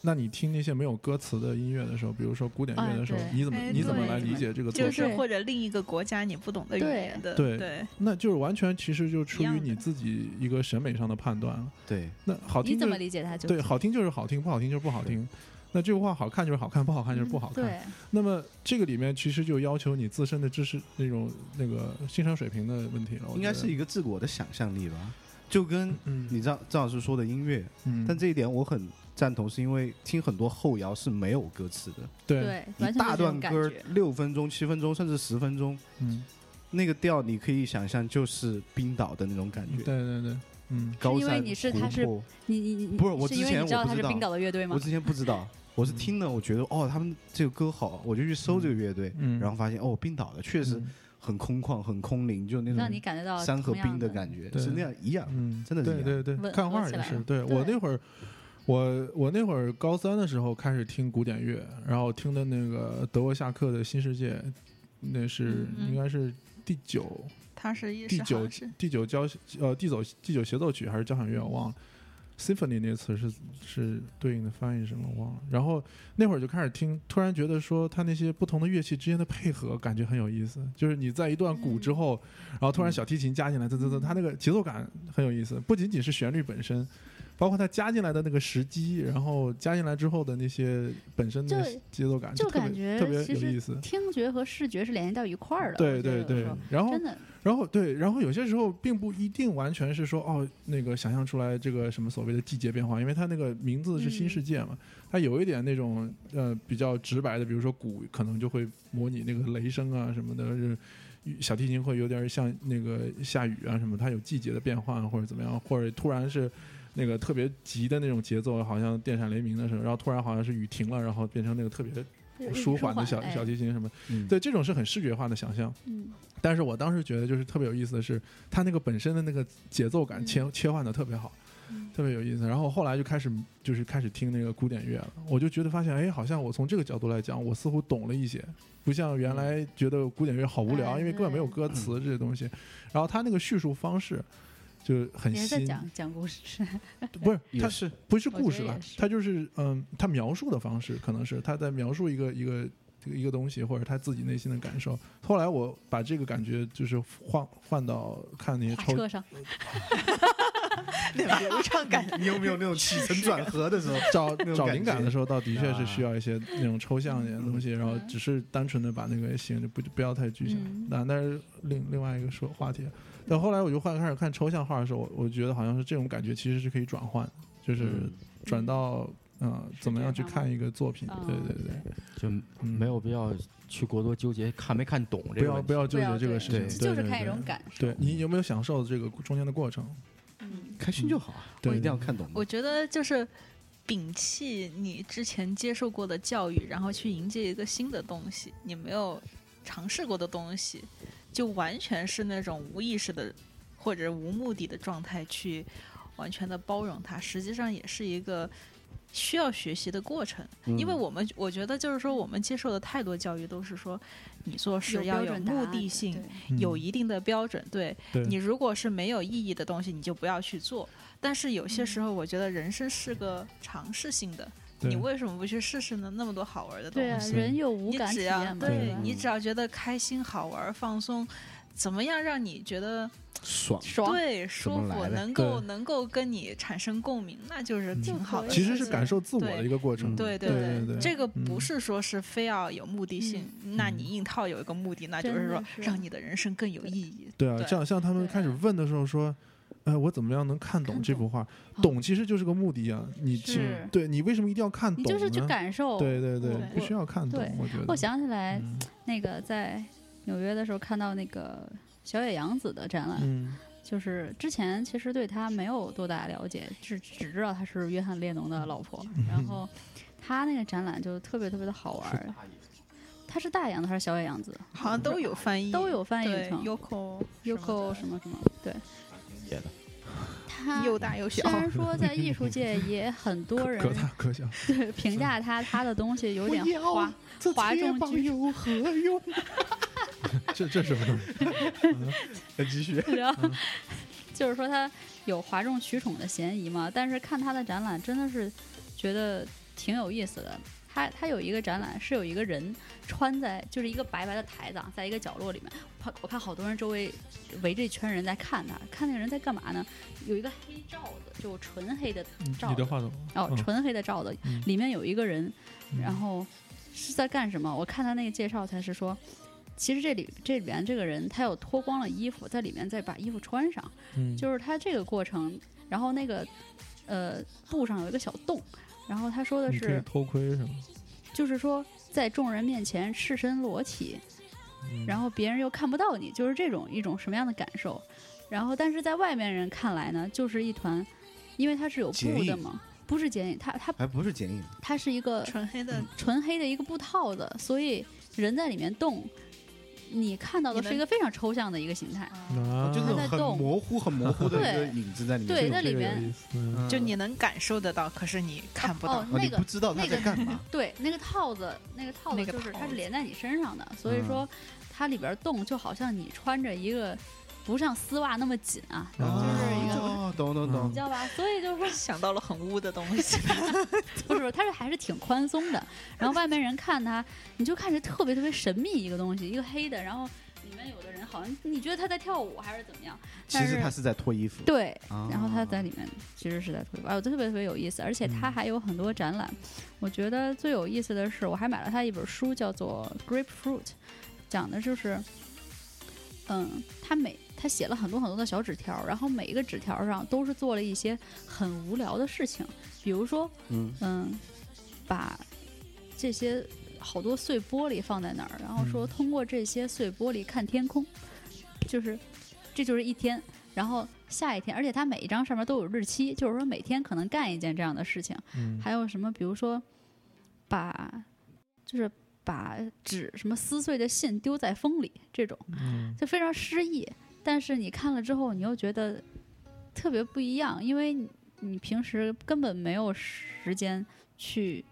D: 那你听那些没有歌词的音乐的时候，比如说古典
E: 哎
D: 乐的时候，
E: 对
D: 你怎么
C: 哎
D: 你怎么
C: 对
D: 来理解这个作
C: 就
D: 品？
C: 是
E: 对
C: 或者另一个国家你不懂的语
E: 对
C: 言的，
D: 对
C: 对，
D: 那就是完全其实就出
C: 一样
D: 于
C: 的
D: 你自己一个审美上的判断了。
A: 对，
D: 那好
E: 你
D: 听
E: 怎
D: 就
E: 么理解他就
D: 对，好听就是好听，不好听就是不好听。那这幅画好看就是好看，不好看就是不好看。
E: 嗯对，
D: 那么这个里面其实就要求你自身的知识那种那个欣赏水平的问题了。我
A: 应该
D: 觉
A: 是
D: 得
A: 一个自我的想象力吧。就跟
D: 嗯
A: 你张张老师说的音乐，
D: 嗯，
A: 但这一点我很赞同，是因为听很多后摇是没有歌词的，
D: 对，
E: 对，完
A: 一
E: 全是
A: 大
E: 这种
A: 段
E: 感
A: 歌
E: 觉，
A: 六分钟、七分钟甚至十分钟，
D: 嗯，
A: 那个调你可以想象就是冰岛的那种感
D: 对
A: 觉。
D: 对对，嗯，
A: 高
E: 是因为
A: 山
E: 你是
A: 湖
E: 他是
A: 泊
E: 你你你
A: 不是我
E: 是
A: 之
E: 因为
A: 前
E: 你知
A: 我
E: 道
A: 不
E: 他
A: 知
E: 是冰
A: 道
E: 岛的乐队吗
A: 我？之前不知 道，我是听了，我觉得哦，他们这个歌好，我就去搜这个乐队，
D: 嗯
A: 然后发现哦，冰岛的确实
D: 嗯
A: 很空旷、很空灵，就那
E: 让
A: 种
E: 你感觉到
A: 山和
E: 同样
A: 冰的
E: 的
A: 感觉，
D: 对
A: 是那样一样。
D: 嗯，
A: 真的是
D: 对
A: 这
D: 对对，
E: 吻
D: 看画
E: 合起
D: 也
E: 来
D: 是，
E: 了
D: 对我
E: 对
D: 那会儿。我我那会儿高三的时候开始听古典乐，然后听的那个德沃夏克的《新世界》，那是
C: 嗯
D: 应
C: 嗯
D: 该是第九
C: 它是一
D: 第
C: 是好
D: 九
C: 像是
D: 第九交呃第九第九协奏曲还是交响
E: 嗯
D: 乐，我忘了。Symphony 那词是是对应的翻译是什么我忘了。然后那会儿就开始听，突然觉得说它那些不同的乐器之间的配合感觉很有意思，就是你在一段鼓
E: 嗯
D: 之后，然后突然小提琴加进来，噔噔噔，它那个节奏感很有意思，不仅仅是旋律本身，包括它加进来的那个时机，然后加进来之后的那些本身的
E: 就
D: 节奏感，
E: 就
D: 特别
E: 感觉
D: 特别
E: 其
D: 有
E: 实
D: 意思。
E: 听觉和视觉是联系到一块儿的。
D: 对
E: 我觉得
D: 对对
E: 有时候，
D: 然后
E: 真的
D: 然后对，然后有些时候并不一定完全是说哦，那个想象出来这个什么所谓的季节变化，因为它那个名字是新世界嘛，它有一点那种呃比较直白的，比如说鼓可能就会模拟那个雷声啊什么的，是小提琴会有点像那个下雨啊什么，它有季节的变换或者怎么样，或者突然是。那个特别急的那种节奏，好像电闪雷鸣的时候，然后突然好像是雨停了，然后变成那个特别
E: 就是
D: 舒缓的小
E: 哎
D: 小提琴什么，
A: 嗯，
D: 对，这种是很视觉化的想象。
E: 嗯，
D: 但是我当时觉得就是特别有意思的是，它那个本身的那个节奏感切、切换的特别好，
E: 嗯
D: 特别有意思。然后后来就开始就是开始听那个古典乐了，我就觉得发现，哎，好像我从这个角度来讲，我似乎懂了一些，不像原来觉得古典乐好无聊，
E: 哎
D: 因为根本没有歌
E: 嗯
D: 词这些东西。然后它那个叙述方式。就很
E: 别再
D: 新，
E: 讲讲故事，
D: 不是
A: 也
D: 它
A: 是
D: 不是故事
E: 我觉得
D: 了
E: 也，是
D: 它就是嗯，它描述的方式可能是他在描述一个一个一个东西，或者他自己内心的感受。后来我把这个感觉就是换换到看那些
E: 滑
D: 抽
E: 车上
C: 那种流畅感。
A: 你啊有没有那种起承转合的时候？
D: 找
A: 那种
D: 找
A: 感
D: 灵感
A: 觉啊
D: 的时候，倒的确是需要一些那种抽象一点的东西，然后只是单纯的把那个形就不不要太具象
E: 嗯。
D: 那、但是另另外一个说话题，但后来我就换开始看抽象画的时候，我我觉得好像是这种感觉其实是可以转换，就是
A: 嗯
D: 转到嗯，
E: 是
D: 怎么
E: 这
D: 样去
E: 样吗
D: 看一个作品？
E: 啊
D: 对对对，
B: 就
D: 嗯
B: 没有必要去过多纠结看没看懂这
D: 不
B: 个
D: 要
B: 问题
D: 不要纠
E: 不要
D: 结这个
E: 对
D: 事情，
B: 对
E: 就是
D: 对
E: 看一
D: 对
E: 种感受。
D: 对你有没有享受这个中间的过程？
E: 嗯，
A: 开心就好啊，
D: 对
A: 我一定要看懂
C: 我
A: 的。
C: 觉得就是摒弃你之前接受过的教育，然后去迎接一个新的东西，你没有尝试过的东西，就完全是那种无意识的或者无目的的状态去完全的包容它，实际上也是一个。需要学习的过程，
A: 嗯
C: 因为我们我觉得就是说，我们接受的太多教育都是说，你做事要有目的性，
D: 嗯
C: 有一定的标准，对，
D: 对
C: 你如果是没有意义的东西，你就不要去做。但是有
D: 嗯
C: 些时候，我觉得人生是个尝试性的，
D: 对
C: 你为什么不去试试呢？那么多好玩的东
E: 对啊
C: 西，，
D: 是
E: 人有无
C: 你
E: 感体
C: 只要
E: 验嘛，嗯
C: 对
E: 吧
C: 你只要觉得开心、好玩、放松，怎么样让你觉得
A: 爽，
E: 爽，
C: 对舒
A: 来
C: 服，
A: 的
C: 能够
D: 对
C: 能够跟你产生共鸣，那就是
D: 嗯
C: 挺好的事
D: 其
C: 情。
D: 实是感受自我的一个过程。
A: 嗯
C: 对
D: 对
C: 对
D: 对，
C: 这个不
D: 嗯
C: 是说是非要有目的性，那你硬套有一个目的，那就
E: 嗯真
C: 是
E: 的
C: 说
E: 是
C: 让你的人生更有意义。
D: 对啊，
C: 对
D: 像像他们
E: 对
D: 开始问的时候说，哎，我怎么样能看懂
E: 看
D: 这
E: 懂
D: 幅画？
E: 哦
D: 懂其实就是个目的啊，你其实
E: 是
D: 对你为什么一定要看
E: 你
D: 懂呢？
E: 就是去感受。
D: 对对对
E: 我，
D: 不需要看懂
E: 对，
D: 我觉得。
E: 我想起来
D: 嗯
E: 那个在纽约的时候看到那个小野洋子的展览，
D: 嗯
E: 就是之前其实对她没有多大了解，只只知道她是约翰列侬的老婆。
C: 嗯
E: 然 后她那个展览就特别特别的好玩儿。她是大洋子还是小野洋子？
C: 好像都有翻译，
E: 都有翻译
C: 对
E: 成
C: Yoko
E: Yoko 什么什么。对，
B: 也的
E: 她
C: 又大又
E: 虽
C: 小，
E: 然说在艺术界也很多人
D: 可大可 小，
E: 对评价她，她的东西有点
A: 我要
E: 花
A: 这
E: 哗众
A: 肩
E: 取
A: 膀有何用？
D: 这这什么东西？
A: 继续，
E: 然
D: 嗯
E: 后 就是说他有哗众取宠的嫌疑嘛，但是看他的展览真的是觉得挺有意思的。他他有一个展览是有一个人穿在就是一个白白的台子啊，在一个角落里面，我看我看好多人周围围着一圈人在看他，看那个人在干嘛呢？有一个黑罩子，就纯黑的罩
D: 你
E: 子
D: 的话筒
E: 哦，
D: 嗯
E: 纯黑的罩子，
D: 嗯
E: 里面有一个人，
D: 嗯
E: 然后是在干什么？我看他那个介绍，他是说，其实这里这里边这个人他有脱光了衣服，在里面再把衣服穿上，
D: 嗯
E: 就是他这个过程。然后那个呃布上有一个小洞，然后他说的
D: 嗯你可以
E: 是，
D: 偷窥什么？
E: 就是说在众人面前赤身裸体，
D: 嗯
E: 然后别人又看不到你，就是这种一种什么样的感受？然后但是在外面人看来呢，就是一团，因为它是有
A: 剪
E: 布的
A: 影
E: 嘛，不是剪影，它它
A: 还不是剪影，
E: 它是一个
C: 纯黑的，
E: 纯黑的一个布套子，所以人在里面动，你看到的
C: 你
E: 是一
C: 能
E: 个非常抽象的一个形态。
D: 啊，
A: 就是
E: 在
A: 很
E: 动
A: 模糊、很模糊 的一个
E: 对
A: 影子在里面。这
E: 对
A: 种
E: 那里
D: 这个有
E: 面
D: 意思嗯
A: 嗯
C: 就你能感受得到，可是你看不到
E: 哦。，
A: 哦，
E: 那
A: 你
E: 个
A: 不知道他
E: 那
A: 在
E: 个
A: 干嘛，
E: 对，那个套子，那个套子
C: 那个
E: 就是
C: 套
E: 它是
C: 子
E: 连在你身上
A: 嗯
E: 的，所以说它里边动就好像你穿着一个不像丝袜那么紧啊，
A: 嗯
D: 然后
E: 就是一个嗯
A: 哦，懂懂懂
E: 你知，道吧？所以就是说
C: 想到了很污的东 西，
E: 不是，它是还是挺宽松的。 然后外面人看它，你就看着特别特别神秘一个东西，一个黑的，然后里面有的人好像你觉得他在跳舞还是怎么样，
A: 其实
E: 但是
A: 他是在脱衣服。
E: 对，
A: 啊，
E: 然后他在里面其实是在推广，哎，我觉得特别特别有意思，而且他
D: 嗯
E: 还有很多展览。我觉得最有意思的是，我还买了他一本书，叫做《Grapefruit》，讲的就是，嗯，他每他写了很多很多的小纸条，然后每一个纸条上都是做了一些很无聊的事情，比如说，
A: 嗯，
E: 嗯，把这些好多碎玻璃放在那儿，然后说
D: 嗯
E: 通过这些碎玻璃看天空，就是这就是一天，然后下一天，而且它每一张上面都有日期，就是说每天可能干一件这样的事情。
D: 嗯
E: 还有什么，比如说把就是把纸什么撕碎的信丢在风里这种。
D: 嗯
E: 就非常诗意。但是你看了之后，你又觉得特别不一样，因为你你平时根本没有时间去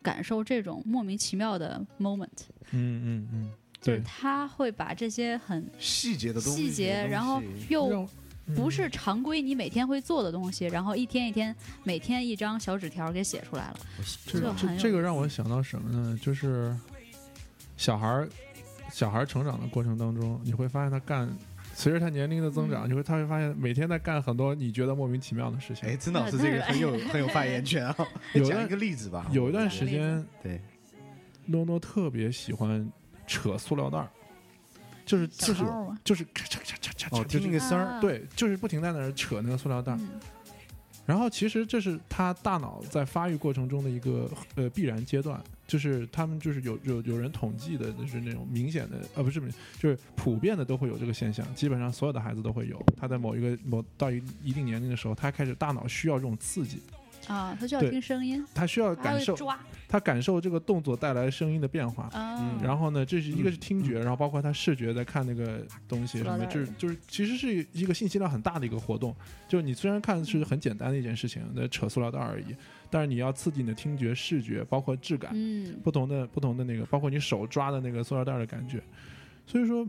E: 感受这种莫名其妙的 moment，
D: 嗯嗯嗯，
E: 就是
D: 对
E: 他会把这些很
A: 细节的东西，
E: 细节，然后
D: 让
E: 又
D: 嗯
E: 不是常规你每天会做的东西，然后一天一天，每天一张小纸条给写出来了。
D: 这
E: 就
D: 个
E: 很
D: 这
E: 有
D: 这个
E: 意
D: 让
E: 思
D: 我想到什么呢？就是小孩儿小孩儿成长的过程当中，你会发现他干。随着他年龄的增长，
E: 嗯
D: 你会他会发现每天在干很多你觉得莫名其妙的事情
A: 哎，。曾老师这个很有很有发言权啊！
D: 有一
A: 讲一
D: 段
A: 个例子吧，
D: 有一段
E: 讲个
D: 时
E: 例子
D: 间，
A: 对，
D: 诺诺特别喜欢扯塑料袋儿，就是就
E: 小
D: 是
E: 号嘛，
D: 就是咔嚓咔嚓咔嚓
A: 哦，
D: 嚓，就
A: 听
D: 是
A: 那个声儿，
E: 啊，
D: 对，就是不停在那儿扯那个塑料袋儿。
E: 嗯
D: 然后其实这是他大脑在发育过程中的一个呃必然阶段，就是他们就是有有有人统计的，就是那种明显的呃不是明，就是普遍的都会有这个现象，基本上所有的孩子都会有。他在某一个某到一一定年龄的时候，他开始大脑需要这种刺激，
E: 啊，他就要
D: 对
E: 听声音，
D: 他需要
E: 他
D: 感
E: 会
D: 受
E: 抓
D: 他感受这个动作带来声音的变化。
E: 啊，
D: 嗯然后呢，这是一个是听觉，然后包括他视觉在看那个东西什
E: 塑料
D: 么，
E: 袋
D: 这就是其实是一个信息量很大的一个活动。就是你虽然看是很简单的一件事情，那扯塑料袋而已，但是你要刺激你的听觉、视觉，包括质感，
E: 嗯，
D: 不同的不同的那个，包括你手抓的那个塑料袋的感觉。所以说，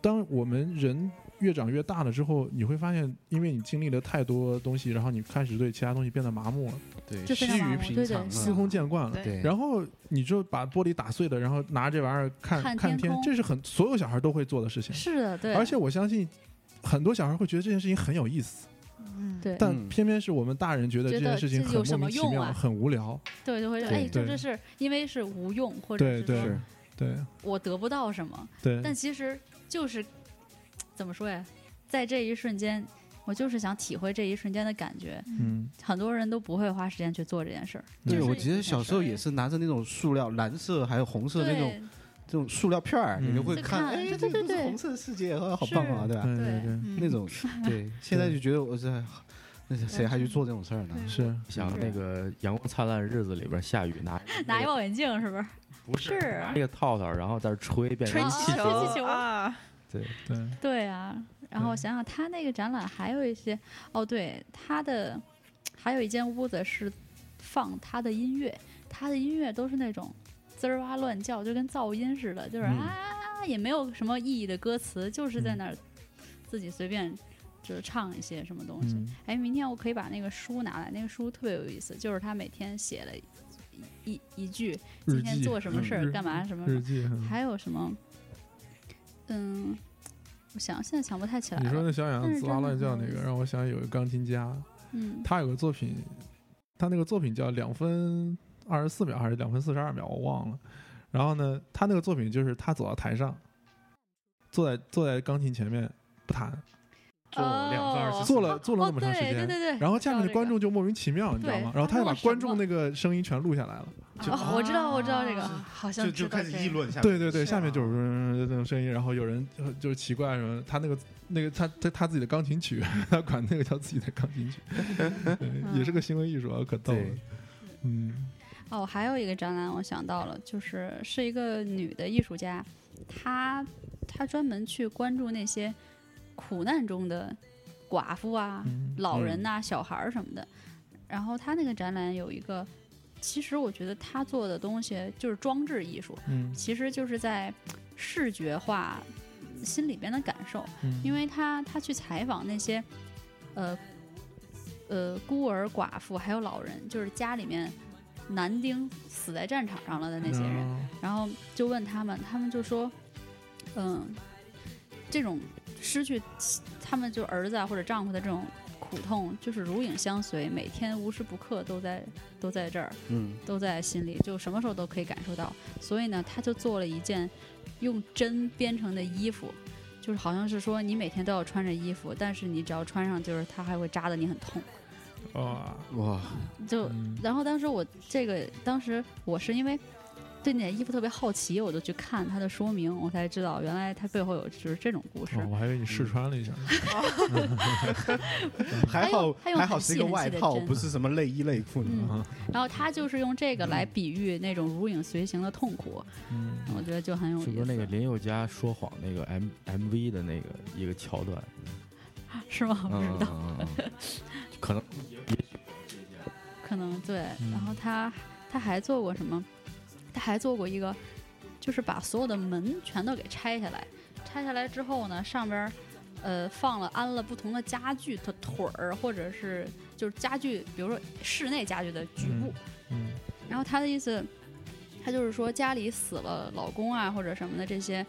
D: 当我们人越长越大了之后，你会发现，因为你经历了太多东西，然后你开始对其他东西变得麻木了，
B: 对，
E: 就非
B: 趋
E: 常麻
B: 于
E: 木
B: 平
E: 对
B: 常
E: 对
B: 了，
E: 是
D: 司空见
A: 嗯
D: 惯了。
C: 对
B: 对，
D: 然后你就把玻璃打碎了，然后拿这玩意儿看
E: 看
D: 看
E: 天
D: 天
E: 空，
D: 这是很所有小孩都会做的事情。
E: 是的，对，
D: 而且我相信，很多小孩会觉得这件事情很有意思，
C: 嗯，
E: 对
D: 但偏偏是我们大人觉得
E: 觉
D: 这
E: 得
D: 件事情
E: 这
D: 很
E: 有什
D: 莫
E: 么
D: 名其
E: 用
D: 妙、
E: 啊
D: 很无聊。
E: 对就会说，
B: 对
E: 哎，就
D: 对
E: 这是因为是无用，或者
D: 对
E: 是
D: 对
E: 说
B: 是
D: 对
E: 我得不到什么，
D: 对，
E: 但其实就是怎么说呀，在这一瞬间，我就是想体会这一瞬间的感觉。
D: 嗯，
E: 很多人都不会花时间去做这件事儿，
D: 对
A: 对，
E: 就是
A: 我记得小时候也
E: 一件事
A: 是拿着那种塑料，蓝色还有红色
E: 儿。
A: 那种
E: 对
A: 这种塑料片儿，
D: 嗯
A: 你就会
E: 就
A: 看，
E: 看
A: 哎，
E: 对
A: 这
E: 对
A: 个
E: 对
A: 是
E: 对
A: 红色的世界，啊好棒啊，
E: 是
A: 对吧？
D: 对
E: 对
D: 对
C: 嗯
A: 那种，对，现在就觉得我这，那谁还去做这种事儿呢？
C: 对
D: 对，是
B: 像那个《阳光灿烂的日子》里边下雨拿
E: 拿一
B: 个
E: 望远镜是不是？
B: 不
E: 是啊
B: 是拿一个套套，然后在这吹变
C: 吹
B: 成
E: 气
B: 气
E: 球
B: 球，
E: 球
C: 啊，
B: 对，
D: 对，
E: 对啊，然后
D: 对
E: 我想想，他那个展览还有一些，哦，对，他的还有一间屋子是放他的音乐，他的音乐都是那种滋儿哇乱叫，就跟噪音似的，就是
D: 嗯
E: 啊，也没有什么意义的歌词，就是在那儿自己随便就是唱一些什么东西。
D: 嗯
E: 哎，明天我可以把那个书拿来，那个书特别有意思，就是他每天写了一一一句今
D: 日
E: 天
D: 记
E: 做什么事
D: 嗯
E: 儿，
D: 日
E: 干嘛什么什么
D: 日记。嗯
E: 还有什么？嗯，我想现在想不太起来
D: 你说
E: 了。
D: 那小
E: 但
D: 羊
E: 是
D: 滋哇
E: 真的
D: 乱
E: 很
D: 叫
E: 有
D: 那
E: 意
D: 个，
E: 思
D: 让我想有个钢琴家，
E: 嗯，
D: 他有个作品，他那个作品叫两分二十四秒还是两分四十二秒，我忘了。然后呢，他那个作品就是他走到台上，坐在坐在钢琴前面不弹，
A: 做两个
E: 哦
A: 24
D: 做了做了
E: 哦
D: 那么长时
E: 对
D: 间
E: 对对对。
D: 然后下面
E: 知
D: 的
E: 道
D: 观众就莫名其妙，你知道吗？
E: 对
D: 然后他就把
E: 他
D: 观
E: 忘
D: 众
E: 了
D: 那个声音全录下来了。
E: 这个哦我知道我知道这个
C: 啊好像
A: 就就
C: 知道
A: 开始
C: 这
A: 议
C: 个
A: 论一下，啊
D: 对对对，下面就是是嗡这种声音，然后有人呃就是奇怪什么，他那个那个他他他自己的钢琴曲，他管那个叫自己的钢琴曲，对也是个行为艺术啊，可逗了
B: 对。
D: 嗯
E: 哦，还有一个展览，我想到了，就是是一个女的艺术家，她她专门去关注那些苦难中的寡妇啊、
D: 嗯
E: 老人呐、小孩儿什么的。然后她那个展览有一个，其实我觉得她做的东西就是装置艺术，
D: 嗯
E: 其实就是在视觉化心里边的感受，
D: 嗯，
E: 因为他他去采访那些呃呃孤儿寡妇还有老人，就是家里面男丁死在战场上了的那些人，
D: 嗯
E: 然后就问他们，他们就说，嗯、这种失去他们就儿子啊或者丈夫的这种苦痛，就是如影相随，每天无时不刻都在都在这儿，
A: 嗯，
E: 都在心里，就什么时候都可以感受到。所以呢，他就做了一件用针编成的衣服，就是好像是说你每天都要穿着衣服，但是你只要穿上，就是它还会扎的你很
D: 嗯
E: 痛。
D: 哇，
A: 哇，
E: 就
D: 哦嗯
E: 然后当时我这个，当时我是因为对那件衣服特别好奇，我就去看它的说明，我才知道原来它背后有就是这种故事。
D: 哦我还以为你试穿了一下，
A: 还好
E: 还有
A: 还好
E: 很
A: 是
E: 细
A: 一个
E: 很细
A: 外
E: 的
A: 套，
E: 针
A: 不是什么内衣内裤，
E: 嗯
D: 啊
E: 然后他就是用这个
B: 嗯
E: 来比喻那种如影随形的痛苦，
D: 嗯，
E: 我觉得就很有意
B: 是
E: 思。
B: 不是那个林宥嘉说谎那个 M M V 的那个一个桥段？
E: 是吗？不知道。
B: 嗯，嗯嗯嗯可能
E: 可能对。
D: 嗯
E: 然后他他还做过什么？他还做过一个，就是把所有的门全都给拆下来，拆下来之后呢，上边儿呃放了安了不同的家具的腿儿，或者是就是家具，比如说室内家具的局部。
D: 嗯
E: 然后他的意思，他就是说家里死了老公啊或者什么的这些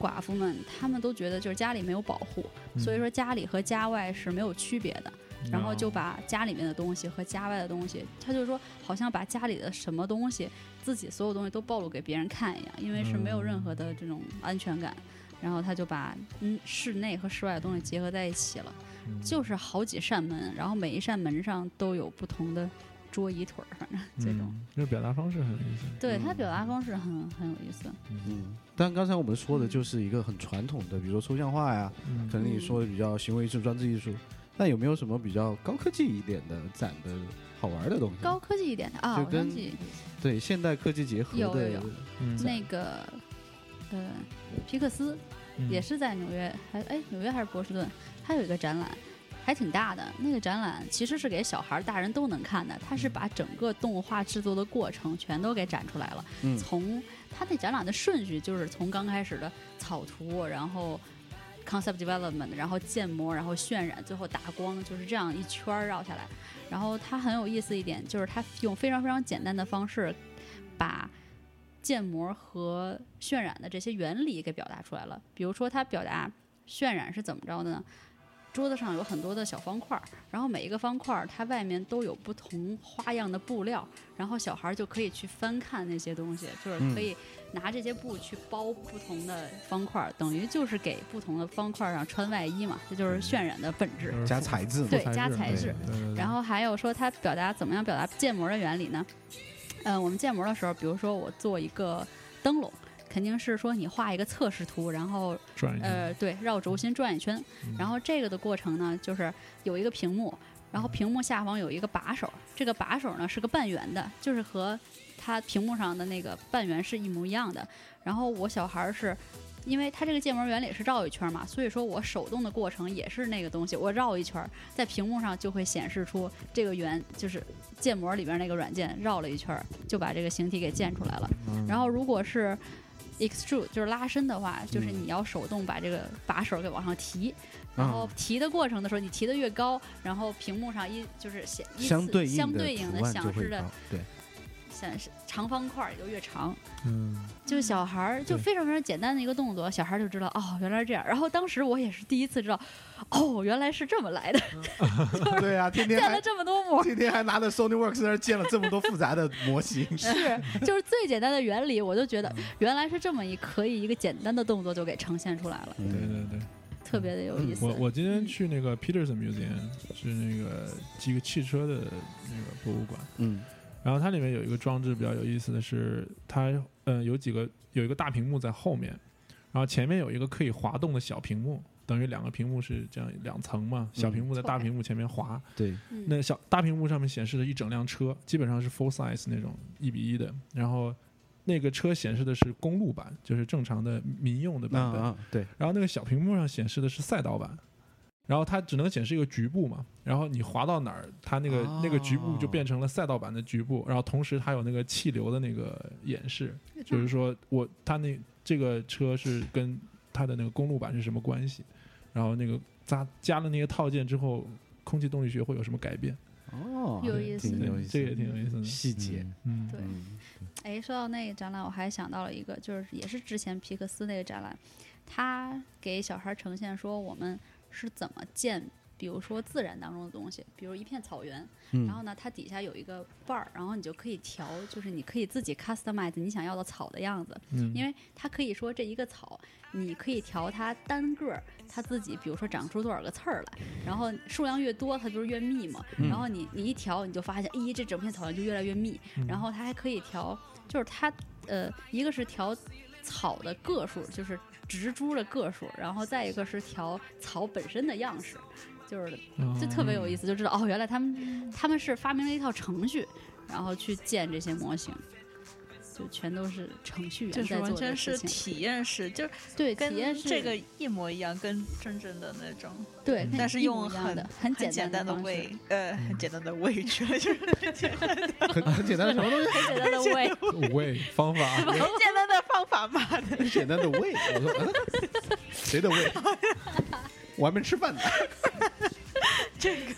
E: 寡妇们，她们都觉得就是家里没有保护，
D: 嗯
E: 所以说家里和家外是没有区别的。然后
A: 哦
E: 就把家里面的东西和家外的东西，他就说好像把家里的什么
A: 嗯
E: 东西，自己所有东西都暴露给别人看一样，因为是没有任何的这种安全感。然后他就把嗯室内和室外的东西结合在一起了，
D: 嗯
E: 就是好几扇门，然后每一扇门上都有不同的桌椅腿儿，反正这种。
D: 嗯这个表达方式很有意思。
E: 对他
A: 嗯
E: 表达方式很很有意思，
A: 嗯，但刚才我们说的就是一个很传统的，比如说抽象画呀，
D: 嗯
A: 可能你说的比较行为艺术、装置艺术，那有没有什么比较高科技一点的展的好玩的东西？
E: 高科技一点的啊，
A: 就
E: 我想
A: 跟
E: 起
A: 对现代科技结合
E: 有
A: 的
E: 有有
D: 嗯
E: 那个呃皮克斯，
D: 嗯
E: 也是在纽约，还哎纽约还是波士顿，它有一个展览，还挺大的。那个展览其实是给小孩儿、大人都能看的，它是把整个动画制作的过程全都给展出来了。
A: 嗯
E: 从它那展览的顺序就是从刚开始的草图，然后 concept development，然后建模，然后渲染，最后打光，就是这样一圈儿绕下来。然后它很有意思一点，就是它用非常非常简单的方式，把建模和渲染的这些原理给表达出来了。比如说，它表达渲染是怎么着的呢？桌子上有很多的小方块儿，然后每一个方块儿它外面都有不同花样的布料，然后小孩儿就可以去翻看那些东西，就是可以拿这些布去包不同的方块儿，等于就是给不同的方块儿上穿外衣嘛，这就是渲染的本质。
D: 就是
A: 加
D: 复
A: 材质嘛，
E: 对
D: 复
E: 加
D: 材
E: 材
A: 质
D: 对对对对
E: 然后还有说它表达怎么样表达建模的原理呢？呃，我们建模的时候，比如说我做一个灯笼，肯定是说你画一个测试图，然后
D: 转一下，
E: 呃对绕轴心转一圈，
D: 嗯
E: 然后这个的过程呢，就是有一个屏幕，然后屏幕下方有一个把手，这个把手呢是个半圆的，就是和它屏幕上的那个半圆是一模一样的。然后我小孩儿是。因为它这个建模原理是绕一圈嘛，所以说我手动的过程也是那个东西，我绕一圈儿，在屏幕上就会显示出这个圆就是建模里边儿那个软件绕了一圈儿，就把这个形体给建出来了。
D: 嗯
A: 嗯
E: 然后如果是 extrude 就是拉伸的话，就是
A: 嗯
E: 你要手动把这个把手给往上提，然
A: 啊
E: 后提的过程的时候，你提的越高，然后屏幕上一就是显依
A: 相
E: 次
A: 对应
E: 相
A: 的
E: 对应
A: 图
E: 的
A: 案就
E: 显示
A: 会
E: 的
A: 高， 对，
E: 显示长方块儿也就越长。
D: 嗯，
E: 就是小孩儿就
D: 对
E: 非常非常简单的一个动作，小孩儿就知道哦，原来是这样。然后当时我也是第一次知道，哦，原来是这么来的，
A: 对啊，天天
E: 建了
A: 还
E: 这么多 模。
A: 天天还拿着 Sony Works 那儿建了这么多复杂的模 型，
E: 是，就是最简单的原理，我就觉得哦原来是这么一可以一个简单的动作就给呈现出来了，
D: 对
A: 嗯
D: 对对。
E: 特别的有意思。
D: 我我今天去那个 Peterson Museum，是那个几个汽车的那个博物馆，
A: 嗯
D: 然后它里面有一个装置比较有意思的是，它呃有几个有一个大屏幕在后面，然后前面有一个可以滑动的小屏幕，等于两个屏幕是这样两层嘛，小屏幕
A: 嗯
D: 在大屏幕前面滑，
A: 对，
E: 嗯
D: 那小大屏幕上面显示的一整辆车，基本上是 full size 那种一比一的，然后那个车显示的是公路版，就是正常的民用的
A: 啊
D: 版本。
A: 啊对，
D: 然后那个小屏幕上显示的是赛道版，然后它只能显示一个局部嘛，然后你滑到哪儿，它那个、
A: 哦
D: 那个局部就变成了赛道版的局部，然后同时它有那个气流的那个演示，就是说我它那这个车是跟它的那个公路版是什么关系，然后那个加加了那些套件之后，空气动力学会有什么改变，
A: 哦，
E: 有意思
A: 挺有意思，
D: 嗯这个也挺有意思的，
A: 细节，
D: 嗯，
E: 对
A: 嗯
E: 哎，说到那个展览，我还想到了一个，就是也是之前皮克斯那个展览，他给小孩儿呈现说我们是怎么建，比如说自然当中的东西，比如一片草原，
A: 嗯
D: 嗯
E: 然后呢，它底下有一个瓣儿，然后你就可以调，就是你可以自己 customize 你想要的草的样子，
D: 嗯
E: 因为它可以说这一个草，你可以调它单个儿，它自己比如说长出多少个刺儿来，然后数量越多，它就是越密嘛。
A: 嗯
E: 然后你你一调，你就发现，哎咦，这整片草原就越来越密。
C: 嗯
E: 然后它还可以调，就是它呃，一个是调草的个数，就是植株的个数，然后再一个是调草本身的样式，就是
A: 嗯
E: 就特别有意
D: 思，
E: 思，就知道哦，原来他们他们是发明了一套程序，然后去建这些模型，就全都是程序
C: 就
E: 员
C: 是
E: 在
C: 完
E: 做
C: 全
E: 的
C: 是
E: 事情。
C: 体验式，就是
E: 对，
C: 跟
E: 体验是
C: 这个一模一样，跟真正的那种
E: 对，跟
C: 但是
E: 一模
C: 用
E: 一样
C: 很
E: 的很
C: 很简单
E: 单
C: 的
E: 方式
C: 味，呃，很
A: 嗯
C: 简单 的味觉，就是很简单
A: 很很简单的什么东西，
E: 很简单的 味，
D: 嗯喂，方 法
C: 很简单的方 法嘛。
A: 很简单的喂，我说嗯 谁的喂？我还没吃饭呢，
C: 这个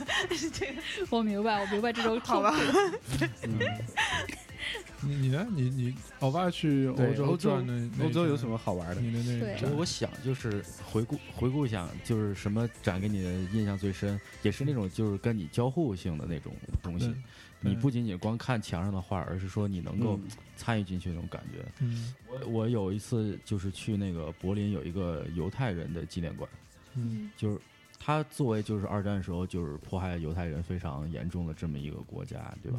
C: 这个
E: 我明白，我明白这种
C: 好吧
E: 痛苦，
D: 你你呢？你你欧巴去欧
B: 对
D: 洲
A: 欧洲
D: 转的那
A: 欧洲有
D: 一
A: 什么好玩
D: 圈
A: 的
D: 儿？？嗯你的那
E: 对
D: 一
B: 我
D: 站
B: 我想就是回顾回顾一下，就是什么展给你的印象最深，也是那种就是跟你交互性的那种东西
D: 对。
B: 你
D: 对
B: 不仅仅光看墙上的画，而是说你能够
A: 嗯
B: 参与进去那种感觉。
D: 嗯
B: 我我有一次就是去那个柏林有一个犹太人的纪念馆，
D: 嗯
B: 就是他作为就是二战时候就是迫害犹太人非常严重的这么一个国家，对吧？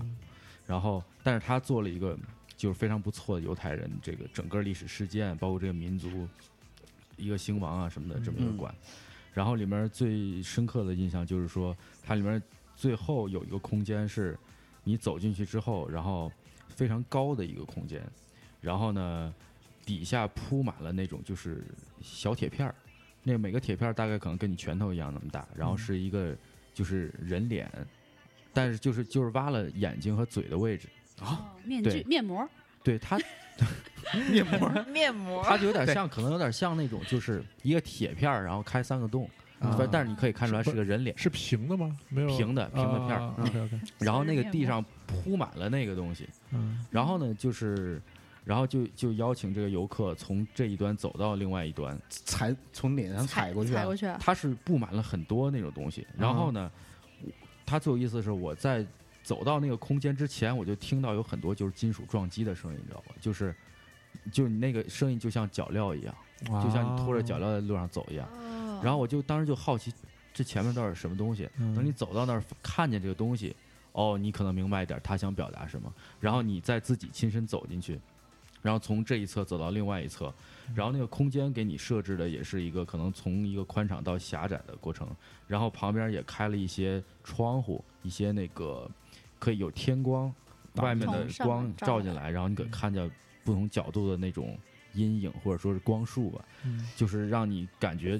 B: 然后，但是他做了一个就是非常不错的犹太人这个整个历史事件，包括这个民族一个兴亡啊什么的这么一个
A: 嗯
B: 馆。然后里面最深刻的印象就是说，它里面最后有一个空间是你走进去之后，然后非常高的一个空间，然后呢底下铺满了那种就是小铁片儿，那每个铁片儿大概可能跟你拳头一样那么大，然后
D: 嗯
B: 是一个就是人脸，但是就是就是挖了眼睛和嘴的位置。
E: 哦面
B: 对
E: 具、面膜，
B: 对它，
A: 面膜儿
C: 面膜
B: 它就有点像，可能有点像那种，就是一个铁片儿，然后开三个洞，
A: 嗯
D: 啊
B: 反但是你可以看出来是个人脸，
D: 是平的吗？没有啊
B: 平的平的片儿。
D: OK OK，
B: 然后那个
E: 面
B: 地
E: 膜
B: 上铺满了那个东西，
D: 嗯
B: 然后呢就是，然后就就邀请这个游客从这一端走到另外一端，
A: 踩从脸上踩过去啊
E: 踩，过去啊，
B: 它是布满了很多那种东西。然后呢，它最有意思的是，我在走到那个空间之前，我就听到有很多就是金属撞击的声音，你知道吗？就是就是你那个声音就像脚镣一样，
D: 嗯
B: 就像你拖
D: 啊
B: 着脚镣在路上走一样。
C: 哦
B: 然后我就当时就好奇，这前面到底是什么东西？
D: 嗯
B: 等你走到那儿看见这个东西，哦，你可能明白一点他想表达什么，然后你再自己亲身走进去，然后从这一侧走到另外一侧，然后那个空间给你设置的也是一个可能从一个宽敞到狭窄的过程，然后旁边也开了一些窗户，一些那个可以有天光，
A: 打
B: 外面的
E: 从上
B: 光
E: 面照嗯
B: 照进
E: 进
B: 来，然后你可以看见不同角度的那种阴影或者说是光束吧。
D: 嗯
B: 就是让你感觉，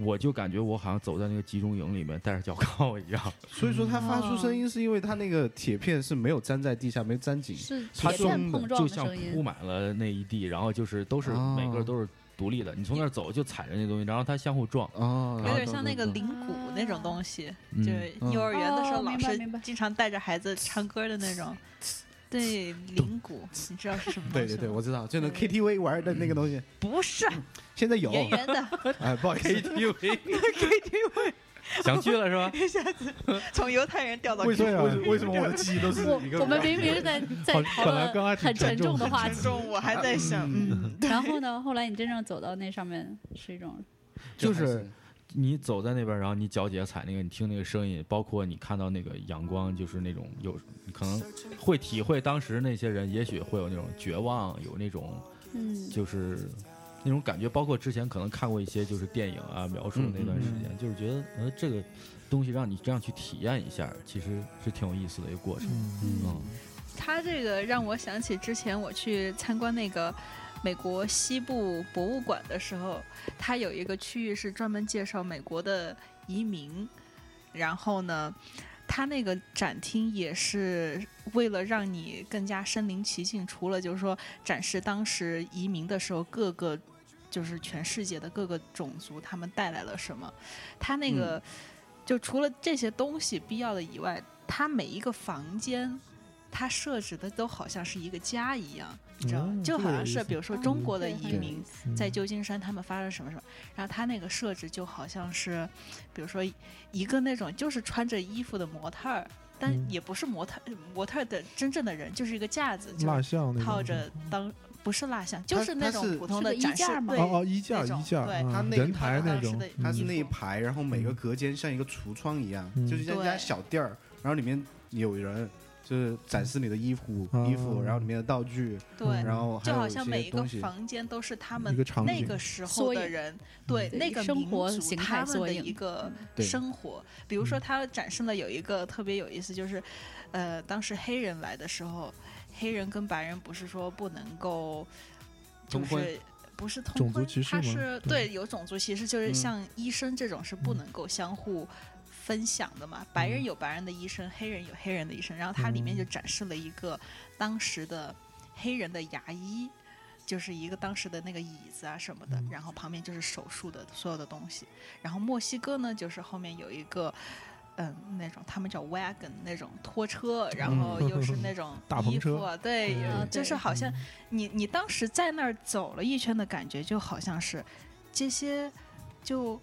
B: 我就感觉我好像走在那个集中营里面，戴着脚铐一样。
A: 所以说它
C: 哦
A: 发出声音是因为它那个铁片是没有粘在地下，没有粘紧，
E: 是
B: 它
E: 铁
B: 就
E: 片碰 撞
B: 就
E: 的
B: 像
E: 声
B: 铺
E: 音，
B: 满了那一地，然后就是都是
A: 哦
B: 每个都是独立的，你从那儿走就踩着那东西，然后它相互撞。
A: 哦，
C: 有点像那个铃鼓那种东西，就是幼儿园的时候
E: 嗯
C: 老师
E: 哦明白明白
C: 经常带着孩子唱歌的那 种。对，铃鼓，你知道是什么东
A: 对
C: 西
A: 对对，
C: 吗？
A: 我知道，就那 KTV 玩的那个东西，
C: 不是
A: 现在有，
C: 圆圆的，
A: 哎，不好意思，
B: KTV
C: KTV
B: 嗯想去了是吧？
C: 一下子从犹太人掉到
A: 为什
D: 对
A: 么
D: 啊
A: 为什么为什么我的记忆都是一个
E: 我我们明明 是在在讨
D: 本来刚还
E: 论
D: 挺
E: 很沉
D: 沉重
E: 重的
D: 的
E: 话
C: 沉
E: 题，
C: 重，我还在想，嗯，
E: 然后呢，后来你真正走到那上面是一种
B: 就是你走在那边，然后你脚底下踩那个，你听那个声音，包括你看到那个阳光，就是那种有你可能会体会当时那些人，也许会有那种绝望，有那种
E: 嗯，
B: 就是那种感觉，包括之前可能看过一些就是电影啊描述的那段时
A: 嗯
B: 间，就是觉得呃这个东西让你这样去体验一下，其实是挺有意思的一个过程。
D: 嗯
B: 嗯，
C: 他这个让我想起之前我去参观那个美国西部博物馆的时候，它有一个区域是专门介绍美国的移民，然后呢，它那个展厅也是为了让你更加身临其境，除了就是说展示当时移民的时候各个。就是全世界的各个种族，他们带来了什么？它那个、就除了这些东西必要的以外，它每一个房间它设置的都好像是一个家一样，你知道吗？
D: 嗯
C: 就
D: 这个
C: 好像
D: 有意
C: 是
D: 思嗯
C: 比如说中国的移
A: 有
C: 民
A: 意
C: 在旧金山他们发生什么什么，然后他那个设置就好像是，比如说一个那种就是穿着衣服的模特儿，但
D: 嗯
C: 也不是模特模特儿的真正的人，就是一个架子，就
D: 蜡像那种
C: 套着当不是蜡像，就
A: 它
C: 是那
A: 它是
C: 种普通的
E: 是个衣
C: 展示
E: 架吗
C: 对
D: 哦哦衣架
C: 那种
D: 衣架，
C: 对
D: 嗯
A: 它那
D: 人
A: 个
D: 台那种
C: 当时的，
A: 它是
C: 嗯
A: 那一排，然后每个隔间像一个橱窗一样，
D: 嗯
A: 就是像一家
C: 对
A: 小店儿，然后里面有人。就是展示你的衣服、
D: 哦
A: 衣服，然后里面的道具，
C: 对
D: 嗯。
A: 然后还
C: 就
A: 有
C: 好
A: 一
C: 像
A: 些
C: 每一个
A: 东西
C: 房间都是他
D: 一
C: 们
D: 个场
C: 那
D: 景嗯
C: 个时候
E: 缩
C: 的
E: 影
C: 人，对
E: 对
C: 那个
E: 生
C: 民
E: 活
C: 族
E: 形
C: 他
E: 态
C: 们
E: 缩
C: 的
E: 影
C: 一个
A: 对
C: 生活。比如
D: 嗯
C: 说，他展示了有一个特别有意思，就是，呃，当时黑人来的时候，黑人跟白人不是说不能够，就
B: 通婚
C: 是。不是通
D: 种族
C: 婚
D: 歧视
C: 他
D: 吗
C: 是
D: 对
C: 对有种族歧视，就是
A: 嗯
C: 像医生这种是不能够相互分享的嘛。白人
D: 嗯
C: 有白人的医生，黑人有黑人的医生。然后它里面就
D: 嗯
C: 展示了一个当时的黑人的牙医，就是一个当时的那个椅子啊什么的，
D: 嗯
C: 然后旁边就是手术的所有的东西。然后墨西哥呢，就是后面有一个嗯那种他们叫 wagon 那种拖车，然后又是 那种
D: 嗯大篷
C: 衣服啊
D: 车，
C: 对，
D: 嗯
C: 也就是
E: 对
C: 好像你你当时在那儿走了一圈的感觉，就好像是这些就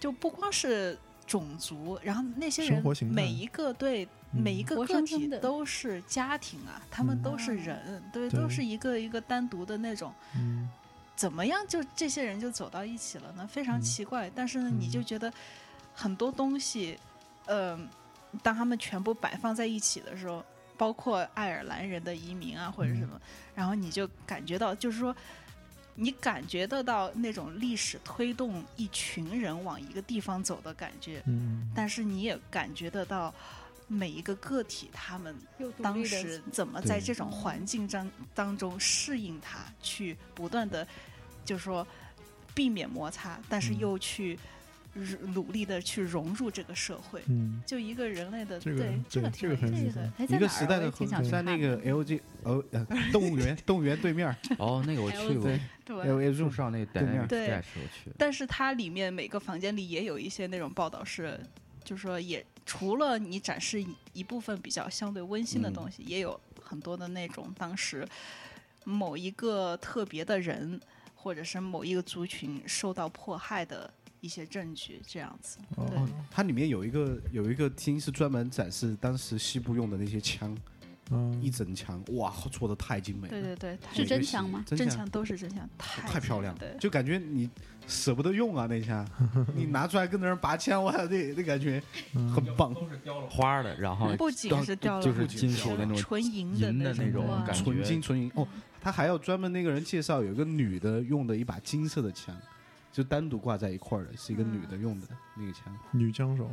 C: 就不光是种族，然后那些
D: 生
C: 人
D: 活形态
C: 每一个对
D: 嗯
C: 每一个
E: 活
C: 个
E: 生生
C: 体
E: 的
C: 都是家庭啊，他们
D: 嗯
C: 都是
E: 哦
C: 人，对，
D: 对
C: 都是一个一个单独的那种。
D: 嗯，
C: 怎么样就这些人就走到一起了呢？非常
D: 嗯
C: 奇怪。但是呢，你就
D: 嗯
C: 觉得很多东西，嗯、当他们全部摆放在一起的时候，包括爱尔兰人的移民啊或者是什
D: 嗯
C: 么，然后你就感觉到，就是说。你感觉得到那种历史推动一群人往一个地方走的感觉，
D: 嗯，
C: 但是你也感觉得到每一个个体他们
E: 又独
C: 当
E: 立的
C: 时怎么在
D: 对
C: 这种环境当当中适应它，去不断的，就是说避免摩擦，但是
D: 嗯
C: 又去融努力的去融入这个社会，
D: 嗯，
C: 就一个人类的
D: 这个
C: 对
D: 对
C: 嗯个
D: 这
C: 挺
D: 个
C: 有
D: 很
C: 意
E: 这
C: 思
D: 有
C: 的
D: 意思
E: 个还
A: 一个时代
E: 在哪儿啊我
A: 的
E: 也挺
A: 痕
E: 想去
A: 在那
E: 看
A: 个
E: 的
A: LG 哦呃动物园动物园对面儿，
B: 哦，那个我去过，
C: 对。
A: ，LG
B: 树
A: Zoo
B: 上那
A: 对面
B: Dynamic
C: 对
B: Dash 我去，
C: 但是它里面每个房间里也有一些那种报道是，就是说也除了你展示一一部分比较相对温馨的
B: 嗯
C: 东西，也有很多的那种当时某一个特别的人或者是某一个族群受到迫害的一些证据，这样子。对
D: 哦，
A: 它里面有一个有一个厅是专门展示当时西部用的那些枪，
D: 嗯，
A: 一整墙，哇，做的太精美了。
C: 对对对，它
E: 是
A: 每个
E: 真
A: 细
E: 枪吗？
A: 真
C: 真
A: 枪
C: 枪都是真枪，太
A: 太漂亮
C: 对
A: 了，，就感觉你舍不得用啊那 枪，你拿出来跟那人拔枪，哇，那那感觉
D: 嗯
A: 很棒，
B: 花儿的，然后
C: 不仅
B: 当
C: 是掉了，
B: 就是金属那种
C: 纯银
B: 银的那
C: 种
B: 种
E: 哇
B: 感觉，
A: 纯金纯银哦。他还有专门那个人介绍，有一个女的用的一把金色的枪，就单独挂在一块儿的，是一
E: 嗯
A: 个女的用的那个枪。
D: 女枪手，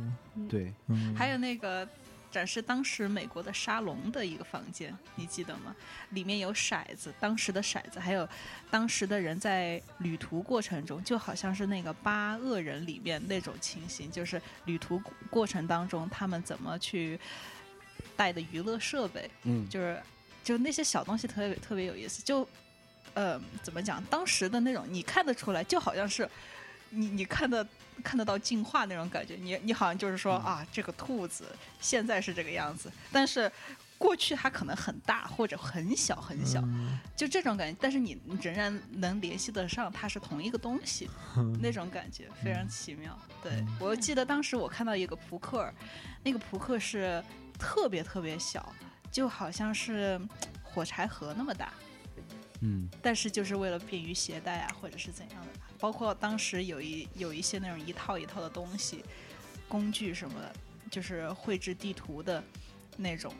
A: 对，
D: 嗯，
C: 还有那个展示当时美国的沙龙的一个房间，你记得吗？里面有骰子，当时的骰子，还有当时的人在旅途过程中，就好像是那个八恶人里面那种情形，就是旅途过程当中他们怎么去带的娱乐设备，
A: 嗯，
C: 就是就那些小东西特别特别有意思，就呃怎么讲，当时的那种你看得出来，就好像是你你看得看得到进化那种感觉，你你好像就是说、啊，这个兔子现在是这个样子，但是。过去它可能很大或者很小很小，
D: 嗯
C: 就这种感觉，但是你仍然能联系得上它是同一个东西，那种感觉非
B: 嗯
C: 常奇妙。对我记得当时我看到一个扑克儿，那个扑克是特别特别小，就好像是火柴盒那么大，
B: 嗯，
C: 但是就是为了便于携带啊，或者是怎样的。包括当时有一有一些那种一套一套的东西，工具什么的，就是绘制地图的那种，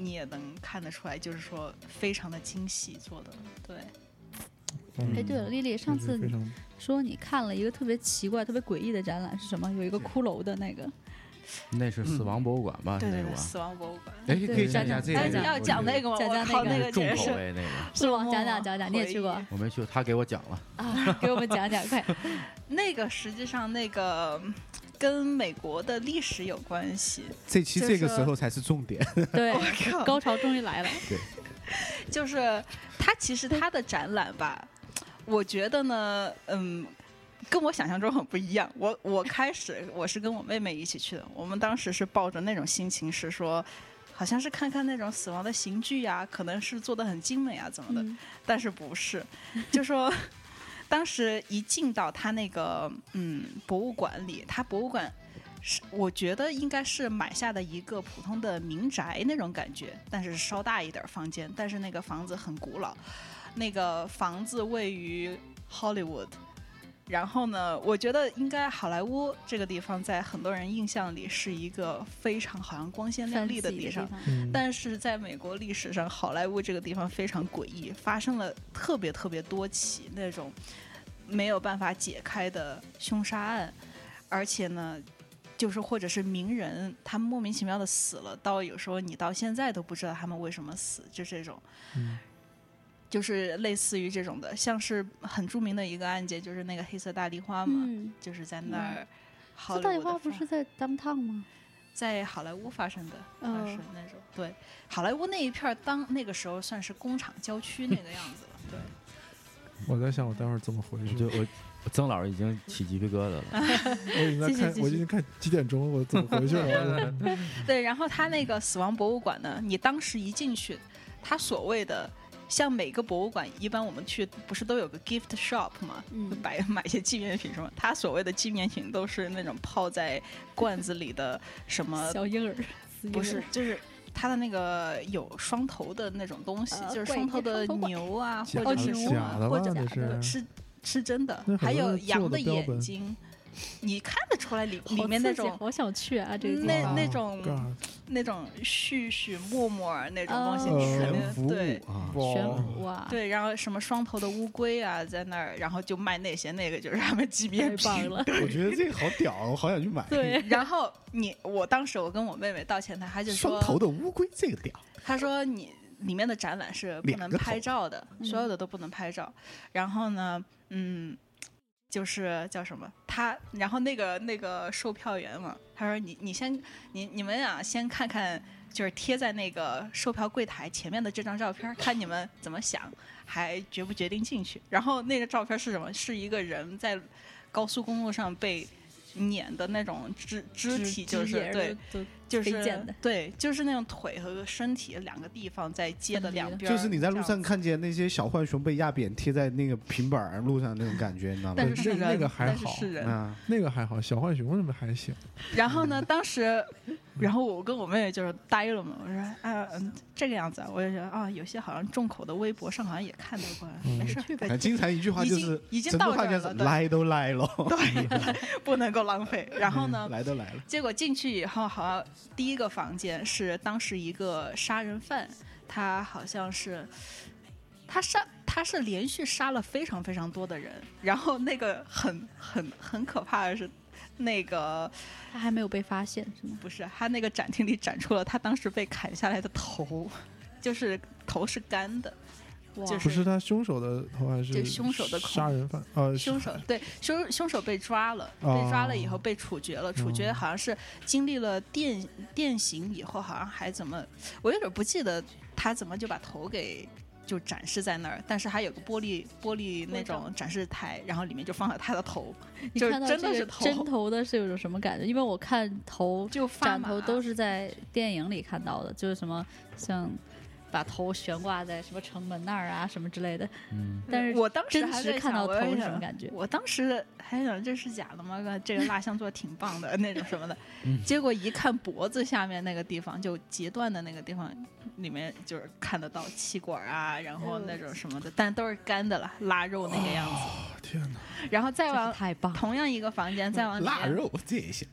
C: 你也能看得出来，就是说非常的精细做的。对，
B: 啊
E: 哎，对了，丽丽，上次
D: 嗯非
E: 你
D: 常
E: 说你看了一个特别奇怪、特别诡异的展览是什么？有一个
A: 对
E: 骷髅的那个，
B: 那是死亡博物馆吧？
C: 对
B: 那
C: 对
B: 个
C: 嗯对，
B: 吧，
C: 死亡博物馆。
A: 哎，可以讲一下这
B: 对
A: 个
C: 哎，
A: 吗。
B: 对对
C: 要
B: 我
C: 讲
B: 觉得
C: 那个吗？
E: 讲
C: 我
E: 讲
C: 靠，
E: 那
C: 那
E: 个
C: 个
B: 重
C: 简直
B: 口
C: 是
B: 味那个，
E: 是吗？
C: 哦
E: 讲讲讲讲，你也
C: 回
E: 去过
C: 忆
E: 啊？
B: 我没去，他给我讲了，
E: 给我们讲讲，快！
C: 那个，实际上那个嗯跟美国的历史有关 系。
A: 这期
C: 就
A: 这个
C: 是
A: 时候才是重点。
E: 对，
C: 靠
E: 高潮终于来了。
C: 就是它其实它的展览吧，我觉得呢，嗯，跟我想象中很不一样。我我开始我是跟我妹妹一起去的，我们当时是抱着那种心情，是说好像是看看那种死亡的刑具呀、可能是做的很精美啊怎么的，
E: 嗯
C: 但是不是，就说。当时一进到他那个嗯博物馆里，他博物馆是我觉得应该是买下的一个普通的民宅那种感觉，但是稍大一点儿房间，但是那个房子很古老，那个房子位于 Hollywood。然后呢，我觉得应该好莱坞这个地方在很多人印象里是一个非常好像光鲜亮丽
E: fancy
C: 的
E: 的
C: 地方，
E: 方
D: 嗯
C: 但是在美国历史上，好莱坞这个地方非常诡异，发生了特别特别多起那种没有办法解开的凶杀案，而且呢，就是或者是名人，他们莫名其妙的死了，到有时候你到现在都不知道他们为什么死，就这种。
D: 嗯
C: 就是类似于这种的，像是很著名的一个案件，就是那个黑色大丽花嘛，
E: 嗯，
C: 就是在那儿好
E: 这
C: 莱坞
E: 大
C: 的
E: 丽
C: 发。
E: 花不是在 downtown 吗？
C: 在好莱坞发生的，
E: 哦
C: 当时那种、对， 好莱坞那一片儿当那个时候算是工厂郊区那个样子了，对。
D: 我在想，我待会儿怎么回
B: 我
D: 去
B: 就。
A: 嗯
B: 我我曾老师已经起鸡皮疙瘩了。
D: 我已经在看，
C: 继续继续
D: 我已经看几点钟，我怎么回去了？
C: 对，然后他那个死亡博物馆呢，你当时一进去，他所谓的像每个博物馆，一般我们去不是都有个 gift shop 吗？
E: 嗯
C: 就买 买一些纪念品什么，他所谓的纪念品都是那种泡在罐子里的什么，
E: 小婴儿
C: 呃不是，就是。它的那个有双头的那种东西，
E: 呃
C: 就是
E: 怪
C: 双头
E: 异
C: 的
E: 双头怪
C: 牛啊，
D: 假
C: 或
D: 的
C: 者
E: 是
C: 是
E: 牛
D: 假
E: 啊
D: 的吧
E: 或者？假
D: 那是
E: 的
C: 是是真的
D: 那，
C: 还
D: 很多
C: 有
D: 人做
C: 羊
D: 的标
C: 眼
D: 本
C: 睛，你看得出来里里面那种
E: 我想去啊，这个地
C: 那
E: 方
C: 那
D: 哇
C: 种
D: God
C: 那种絮絮沫沫儿那种东
D: 呃
C: 西，
E: 哦
C: 你肯
A: 全
C: 定
A: 服
C: 对
A: 务啊，
E: 悬
D: 哇
E: 浮啊，，
C: 对，然后什么双头的乌龟啊，在那儿，然后就卖那些，那个就是他们纪念
E: 太
C: 品。
E: 棒了，
A: 我 觉得这个好屌，我好想去买。
E: 对，
C: 然后你，我当时我跟我妹妹到前台，她就
A: 双头
C: 说，
A: 的乌龟，这个屌，
C: 她说你里面的展览是不
A: 两
C: 能
A: 个
C: 拍
A: 头
C: 照的，
E: 嗯
C: 所有的都不能拍照。然后呢，嗯，就是叫什么？他，然后那个那个售票员嘛，他说你你先你你们俩先看看，就是贴在那个售票柜台前面的这张照片，看你们怎么想，还决不决定进去。然后那个照片是什么？是一个人在高速公路上被碾的那种肢肢体，就是对，
E: 对，
C: 就是
E: 推荐的
C: 对，就是那种腿和身体两个地方在街的
E: 分离
C: 两
E: 的
C: 边儿，
A: 就是你在
C: 这
A: 路
C: 样
A: 上
C: 子
A: 看见那些小浣熊被压扁贴在那个平板儿路上那种感觉，你知道吗
C: 但？是是
D: 那
C: 人，
D: 那个还
C: 但是
D: 好
C: 是人。
A: 啊，
D: 那个还好，小浣熊什么还行。
C: 然后呢，当时，然后我跟我妹妹就是呆了嘛，我说啊、嗯，这个样子啊，我就觉得啊，有些好像众口的微博上好像也看到过，啊没事儿，
E: 去呗
A: 哎，经常一句话
C: 已
A: 就
C: 经
A: 是，
C: 已经
A: 整
C: 到
A: 句话
C: 这儿
A: 就
C: 了
A: 是
C: 对
A: 来都来了，
C: 不能够浪费。然后呢，
A: 来都来了，
C: 结果进去以后，好像第一个房间是当时一个杀人犯，他好像是他杀他是连续杀了非常非常多的人，然后那个很很很可怕的是。那个
E: 他还没有被发现是吗？
C: 不是，他那个展厅里展出了他当时被砍下来的头，就是头是干的，
E: 哇
C: 就是
D: 不是他凶手的头还是
C: 就凶手的口
D: 杀人犯？呃，是
C: 凶手对凶凶手被抓了，
D: 哦嗯
C: 被抓了以后被处决了，处决好像是经历了电电刑以后，好像还怎么，我有点不记得他怎么就把头给就展示在那儿，但是还有个玻璃玻璃那种展示台，然后里面就放了他的头，
E: 你
C: 就是
E: 看到
C: 真的
E: 这
C: 是
E: 个
C: 头
E: 针头的是有种什么感觉？因为我看头
C: 就发
E: 斩
C: 麻
E: 头都是在电影里看到的，就是什么像把头悬挂在什么城门那儿啊什么之类的。
B: 嗯，
E: 但是
C: 我当时
E: 真
C: 还
E: 实
C: 在
E: 看
C: 想
E: 到
C: 我也
E: 头是什
C: 想
E: 么感觉？
C: 我当时还想这是假的吗？呃这个蜡像做挺棒的那种什么的，结果一看脖子下面那个地方，就截断的那个地方，里面就是看得到气管啊，然后那种什么的，但都是干的了，腊肉那个样子。
D: 哦天哪！
C: 然后再
E: 真是
C: 往
E: 太棒了！
C: 同样一个房间，再往里
A: 腊
C: 面
A: 肉这也行，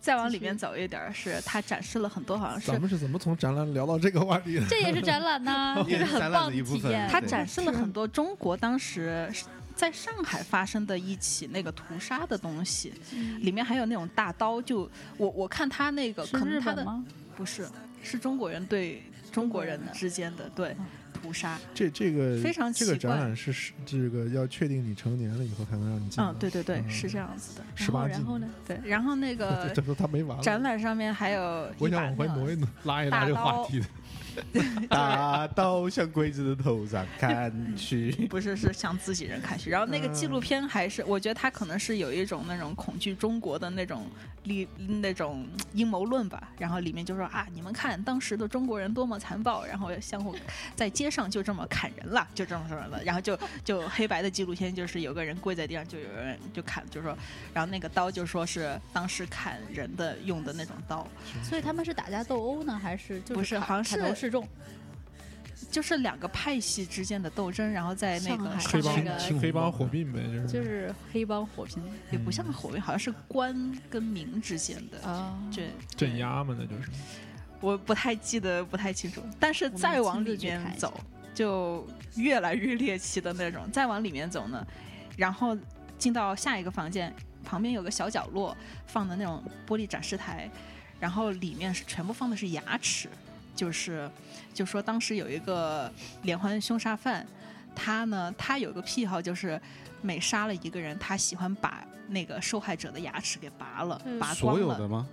C: 再往里面走一点儿，是它展示了很多，好像是
D: 咱们是怎么从展览聊到这个话题的？
E: 这也是展览呐、
A: 也是
E: 这是很
A: 展览
E: 棒
A: 的一部
E: 体
A: 分
E: 验。
C: 它展示了很多中国当时在上海发生的一起那个屠杀的东西，
E: 嗯
C: 里面还有那种大刀。就我我看他那个，
E: 是
C: 可能
E: 日
C: 他
E: 本
C: 的
E: 吗？
C: 不是是中国人对中国人
E: 中国人的
C: 之间的嗯对屠杀。
D: 这这个
C: 非常
D: 这个
C: 奇怪
D: 展览是是这个要确定你成年了以后才能让你进。
C: 嗯，对，对对，
D: 嗯
C: 是这样子的。
D: 十八
E: 然
D: 禁。
E: 后然后呢？
C: 对，然后那个
D: 这都他没完了。
C: 展览上面还有
D: 我
C: 一
D: 想
C: 把
D: 往
C: 那
D: 回挪
C: 个
D: 一挪，拉一
C: 大
D: 拉这个
C: 刀
D: 话题。
A: 大刀向刽子的头 上砍去，
C: 不是是向自己人看去，然后那个纪
E: 嗯
C: 录片还是，我觉得他可能是有一种那种恐惧中国的那种理那种阴谋论吧，然后里面就说啊，你们看当时的中国人多么残暴，然后相互在街上就这么砍人了，就这么说的，然后就就黑白的纪录片就是有个人跪在地上，就有人就砍，就说，然后那个刀就说是当时砍人的用的那种刀，
E: 所以他们是打架斗殴呢，还是就是
C: 不是
E: 砍
C: 好像
E: 砍头
C: 是
E: 示众？
C: 就是两个派系之间的斗争，然后在那个
E: 上
D: 黑
C: 上
E: 海那
D: 帮
E: 个
D: 青黑帮火并呗，就是
E: 就是黑帮火拼
C: 也不像火运，好像是官跟民之间的。
E: 嗯啊，
C: 这
D: 镇压嘛，那就是。
C: 我不太记得，不太清楚。但是
E: 我们
C: 再往
E: 亲自
C: 里
E: 去
C: 面
E: 看一下
C: 走，就越来越猎奇的那种。再往里面走呢，然后进到下一个房间，旁边有个小角落放的那种玻璃展示台，然后里面是全部放的是牙齿，就是就说当时有一个连环凶杀犯，他呢他有个癖好就是。每杀了一个人，他喜欢把那个受害者的牙齿给拔了，
E: 嗯
C: 拔光
A: 所
C: 了。
A: 有的吗？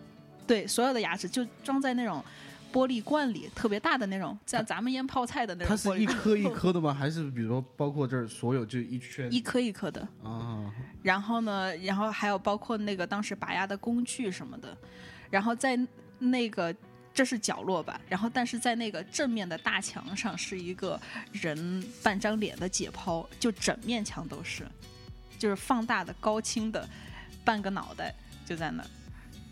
C: 对，所有的牙齿就装在那种玻璃罐里，特别大的那种，像咱们腌泡菜的那
A: 它
C: 种
A: 是
C: 玻璃罐。
A: 一 颗一颗的吗？还是比如说包括这儿所有就一圈
C: 一颗一颗的，
A: 啊？
C: 然后呢，然后还有包括那个当时拔牙的工具什么的，然后在那个这是角落吧，然后但是在那个正面的大墙上是一个人半张脸的解剖，就整面墙都是，就是放大的高清的半个脑袋就在那儿。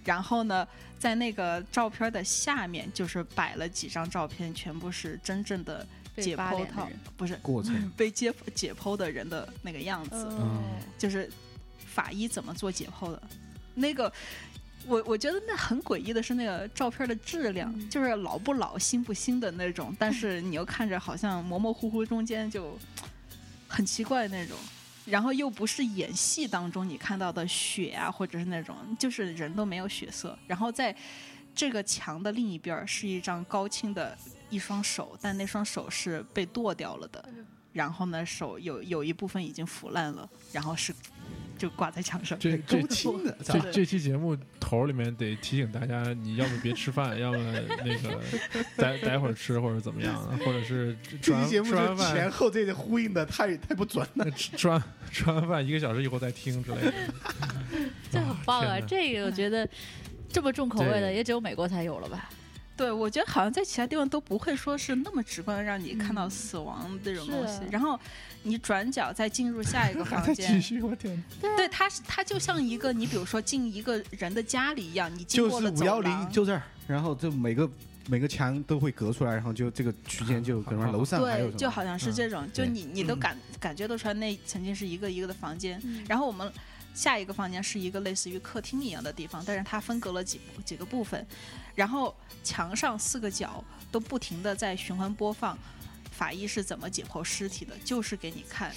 C: 然后呢，在那个照片的下面，就是摆了几张照片，全部是真正的
E: 被
C: 解
E: 扒
C: 剖
E: 脸的
C: 套
E: 人，
C: 不是
A: 过程
C: 被解剖解剖的人的那个样子。
E: 哦
C: 就是法医怎么做解剖的。那个，我我觉得那很诡异的是那个照片的质量，
E: 嗯
C: 就是老不老、新不新的那种，但是你又看着好像模模糊糊中间就很奇怪那种。然后又不是演戏当中你看到的血啊，或者是那种，就是人都没有血色。然后在这个墙的另一边儿是一张高清的一双手，但那双手是被剁掉了的。
E: 嗯
C: 然后呢，手有有一部分已经腐烂了，然后是就挂在墙上。
D: 这
A: 高
D: 这
A: 清的，
D: 这这期节目头里面得提醒大家，你要么别吃饭，要么 那个待待会儿吃，或者怎么样，啊或者是吃
A: 这
D: 完
A: 期节目
D: 吃
A: 就
D: 完饭
A: 前后这个呼应的太太不准了。
D: 吃吃完吃完饭一个小时以后再听之类的。
E: 这很棒
D: 天
E: 啊！
D: 哪
E: 这个我觉得这么重口味的
B: 对
E: 也只有美国才有了吧？
C: 对，我觉得好像在其他地方都不会说是那么直观的让你看到
E: 嗯
C: 死亡这种东西。
E: 是啊
C: 然后你转角再进入下一个房间，
A: 啊续，我天，
D: 啊
C: 对，它是它就像一个你比如说进一个人的家里一样，你经
A: 就
C: 过
A: 是
C: 了
A: 五
C: 走
A: 幺
C: 廊
A: 零，就这儿，然后就每个每个墙都会隔出来，然后就这个区间就可能楼上还有什
C: 对，
A: 么嗯
C: 就好像是这种，就
A: 对嗯
C: 你你都感、感觉得出来，那曾经是一个一个的房间。
E: 嗯
C: 然后我们下一个房间是一个类似于客厅一样的地方，但是它分隔了几几个部分，然后墙上四个角都不停的在循环播放法医是怎么解剖尸体的，就是给你看，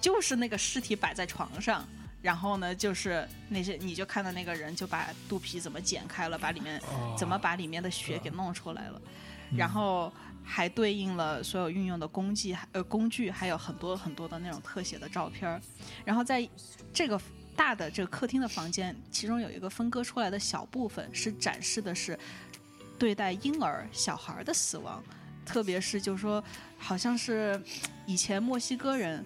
C: 就是那个尸体摆在床上。然后呢，就是那些你就看到那个人就把肚皮怎么剪开了，把里面怎么把里面的血给弄出来了，
D: 嗯
C: 然后还对应了所有运用的工具，呃，工具还有很多很多的那种特写的照片儿。然后在这个大的这个客厅的房间，其中有一个分割出来的小部分是展示的是对待婴儿、小孩儿的死亡，特别是就是说，好像是以前墨西哥人。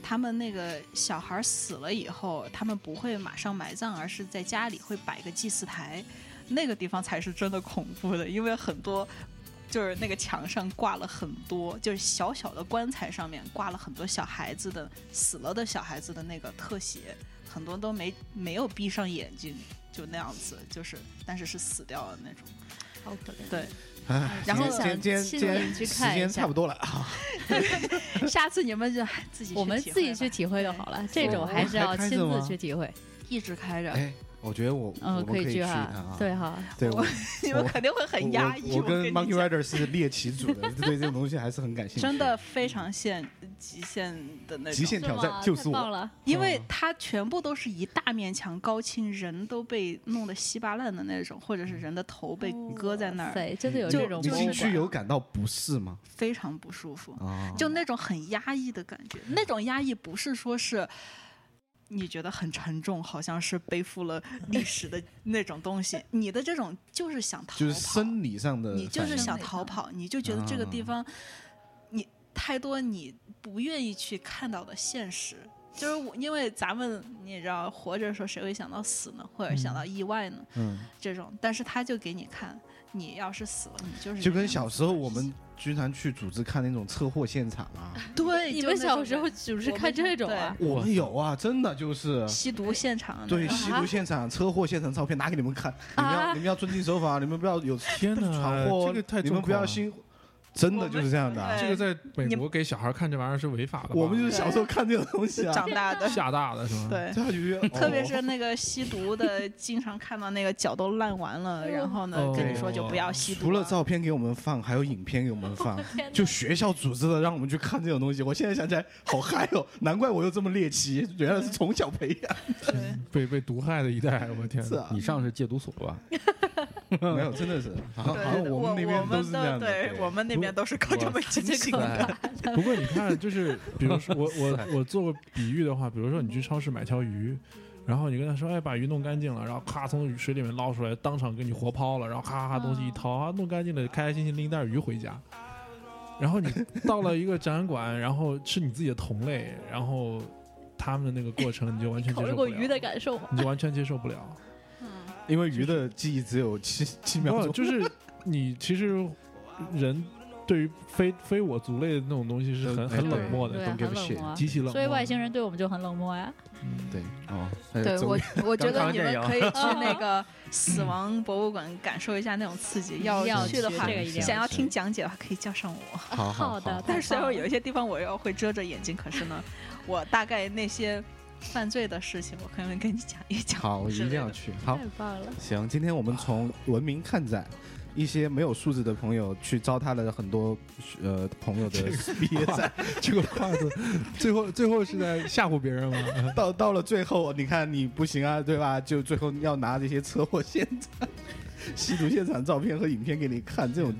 C: 他们那个小孩儿死了以后，他们不会马上埋葬，而是在家里会摆个祭祀台，那个地方才是真的恐怖的，因为很多就是那个墙上挂了很多，就是小小的棺材上面挂了很多小孩子的死了的小孩子的那个特写，很多都没没有闭上眼睛，就那样子，就是但是是死掉了那种。
E: 好可怜。
C: 对，
A: 哎
C: 然后
A: 今天今天今
E: 想亲
A: 天
E: 眼去
A: 时
E: 看一
A: 间
E: 下
A: 差不多了啊，
C: 下次你们就哎自己
E: 我们
C: 体
E: 自己
C: 会吧
E: 去体会就
C: 对
E: 好了，这
A: 我
E: 种
A: 我
E: 还是
A: 还
E: 要
A: 开
E: 亲
A: 着吗
E: 自去体会。
C: 一直开着，
A: 哎，我觉得我我
E: 嗯，
A: 们可以去
E: 去
A: 一
E: 哈
A: 趟啊，，
E: 对哈，
A: 对，我
C: 你们肯定会很压抑。
A: 我我
C: 我
A: 我跟
C: 你
A: Monkey
C: 讲
A: Rider 是猎奇组的，对这种东西还是很感兴趣。
C: 真的非常限极限的那种
A: 极限
E: 是
A: 挑
E: 吗
A: 战就是
E: 太棒
A: 我，
E: 了。
C: 因为它全部都是一大面墙高清，人都被弄得稀巴烂的那种，或者是人的头被搁在那
E: 哇
C: 儿，
E: 塞，真的有
C: 就
E: 这种
A: 你
E: 博物
A: 进
E: 馆
A: 去有感到不适吗？
C: 非常不舒服，
A: 啊，
C: 就那种很压抑的感觉。那种压抑不是说是你觉得很沉重，好像是背负了历史 的那种东西，你的这种就是想逃跑，
A: 就是生理上的反应，啊
C: 你就是
E: 反应
C: 想逃跑，你就觉得这个地方你太多你不愿意去看到的现实。就是我，因为咱们你也知道，活着的时候谁会想到死呢，或者想到意外呢？
A: 嗯，
C: 这种，但是他就给你看，你要是死了，你 就是
A: 就
C: 这
A: 跟
C: 样
A: 小
C: 子
A: 时候我们经常去组织看那种车祸现场啊，
C: 对
E: 你
C: 就
E: 们
C: 那
E: 小
C: 种
E: 时候
C: 人
E: 总是
C: 我
E: 看
C: 们
E: 这种
C: 对
E: 啊？
A: 我们有啊，真的 就是。
C: 吸毒现场的
A: 对
C: 那种
A: 吸毒现场、车祸现场照片拿给你们看，你们要
E: 啊
A: 你们要遵纪守法，你们不要有
D: 天哪，
A: 闯祸，
D: 这个太
A: 你们不要
D: 信。
A: 心，真的就是这样的啊。
C: 对
D: 这个在美
C: 呃你
D: 国给小孩看这玩意儿是违法的吧，
A: 我们就是小时候看这种东 西啊
C: 长，大的，
D: 吓大的是吗？，
C: 对，
A: 这就觉得
C: 特别
A: 哦
C: 是那个吸毒的，经常看到那个脚都烂完了，然后呢
D: 哦
C: 跟你说就不要吸毒，
A: 除了照片给我们放，还有影片给我们放
E: 天哪，
A: 就学校组织的，让我们去看这种东西。我现在想起来好嗨哦，难怪我又这么猎奇，原来是从小培养。啊
C: 对
D: 被被毒害的一代，我天
A: 是
D: 哪！
A: 啊，
B: 你上是戒毒所 吧？
A: 没有，真的 是，好
C: 对
A: 好像
C: 对
A: 我们那
C: 我
A: 边都是
C: 们
A: 这样的
C: 对，。我们那 边都是靠这么精进的，
A: 啊
B: 对，
D: 不 过你看，就是比如说我我我做个比喻的话，比如说你去超市买条鱼，然后你跟他说，哎，把鱼弄干净了，然后咔从水里面捞出来，当场给你活抛了，然后咔咔咔东
E: 嗯
D: 西一掏，啊，弄干净了，开开心心拎一袋鱼回家。然后你到了一个展览馆，然后吃你自己的同类，然后他们的那个过程你就完全
E: 考
D: 接
E: 虑
D: 受不
E: 过鱼
D: 了，
E: 的感受吗？
D: 你就完全接受不了。
E: 嗯，
A: 因为鱼的记忆只有七 七秒
D: 没
C: 哦
D: 有，
A: 钟，
D: 哦就是你其实人对于非非我族类的那种东西是很
B: 哎
D: 很
B: 对
D: 冷漠
E: 对
D: 的，
E: 啊，
B: don't
E: 很
B: give a
E: 冷
B: shit，
E: 漠啊。
D: 极其冷漠。
E: 所以外星人对我们就很冷漠呀。
D: 嗯
B: 对
A: 哦，
B: 哎
C: 对
B: 走
C: 我，我觉
B: 刚
C: 得你
B: 看电
C: 们
B: 影
C: 可以去那个 死亡博物馆感受一下那种刺激。
E: 要
C: 去的
E: 去
C: 话
E: 这个一定，要
C: 想要
B: 去
C: 听讲解的话，可以叫上我。
B: 好好
E: 的
B: 好，
E: 太
C: 但是虽
E: 棒
C: 然
E: 了
C: 有一些地方我要会遮着眼睛，可是呢，我大概那些犯罪的事情，我可能跟你讲一讲。
B: 好，我一
C: 之类
B: 定要
C: 的
B: 去。好，
E: 太棒了，
A: 行，今天我们从文明看展，一些没有素质的朋友去糟蹋了很多呃朋友的毕业展，
D: 这个胯子，最后最后是在吓唬别人吗？啊
A: 到到了最后，你看你不行啊，对吧？就最后要拿这些车祸现场、 吸毒现场照片和影片给你看，这种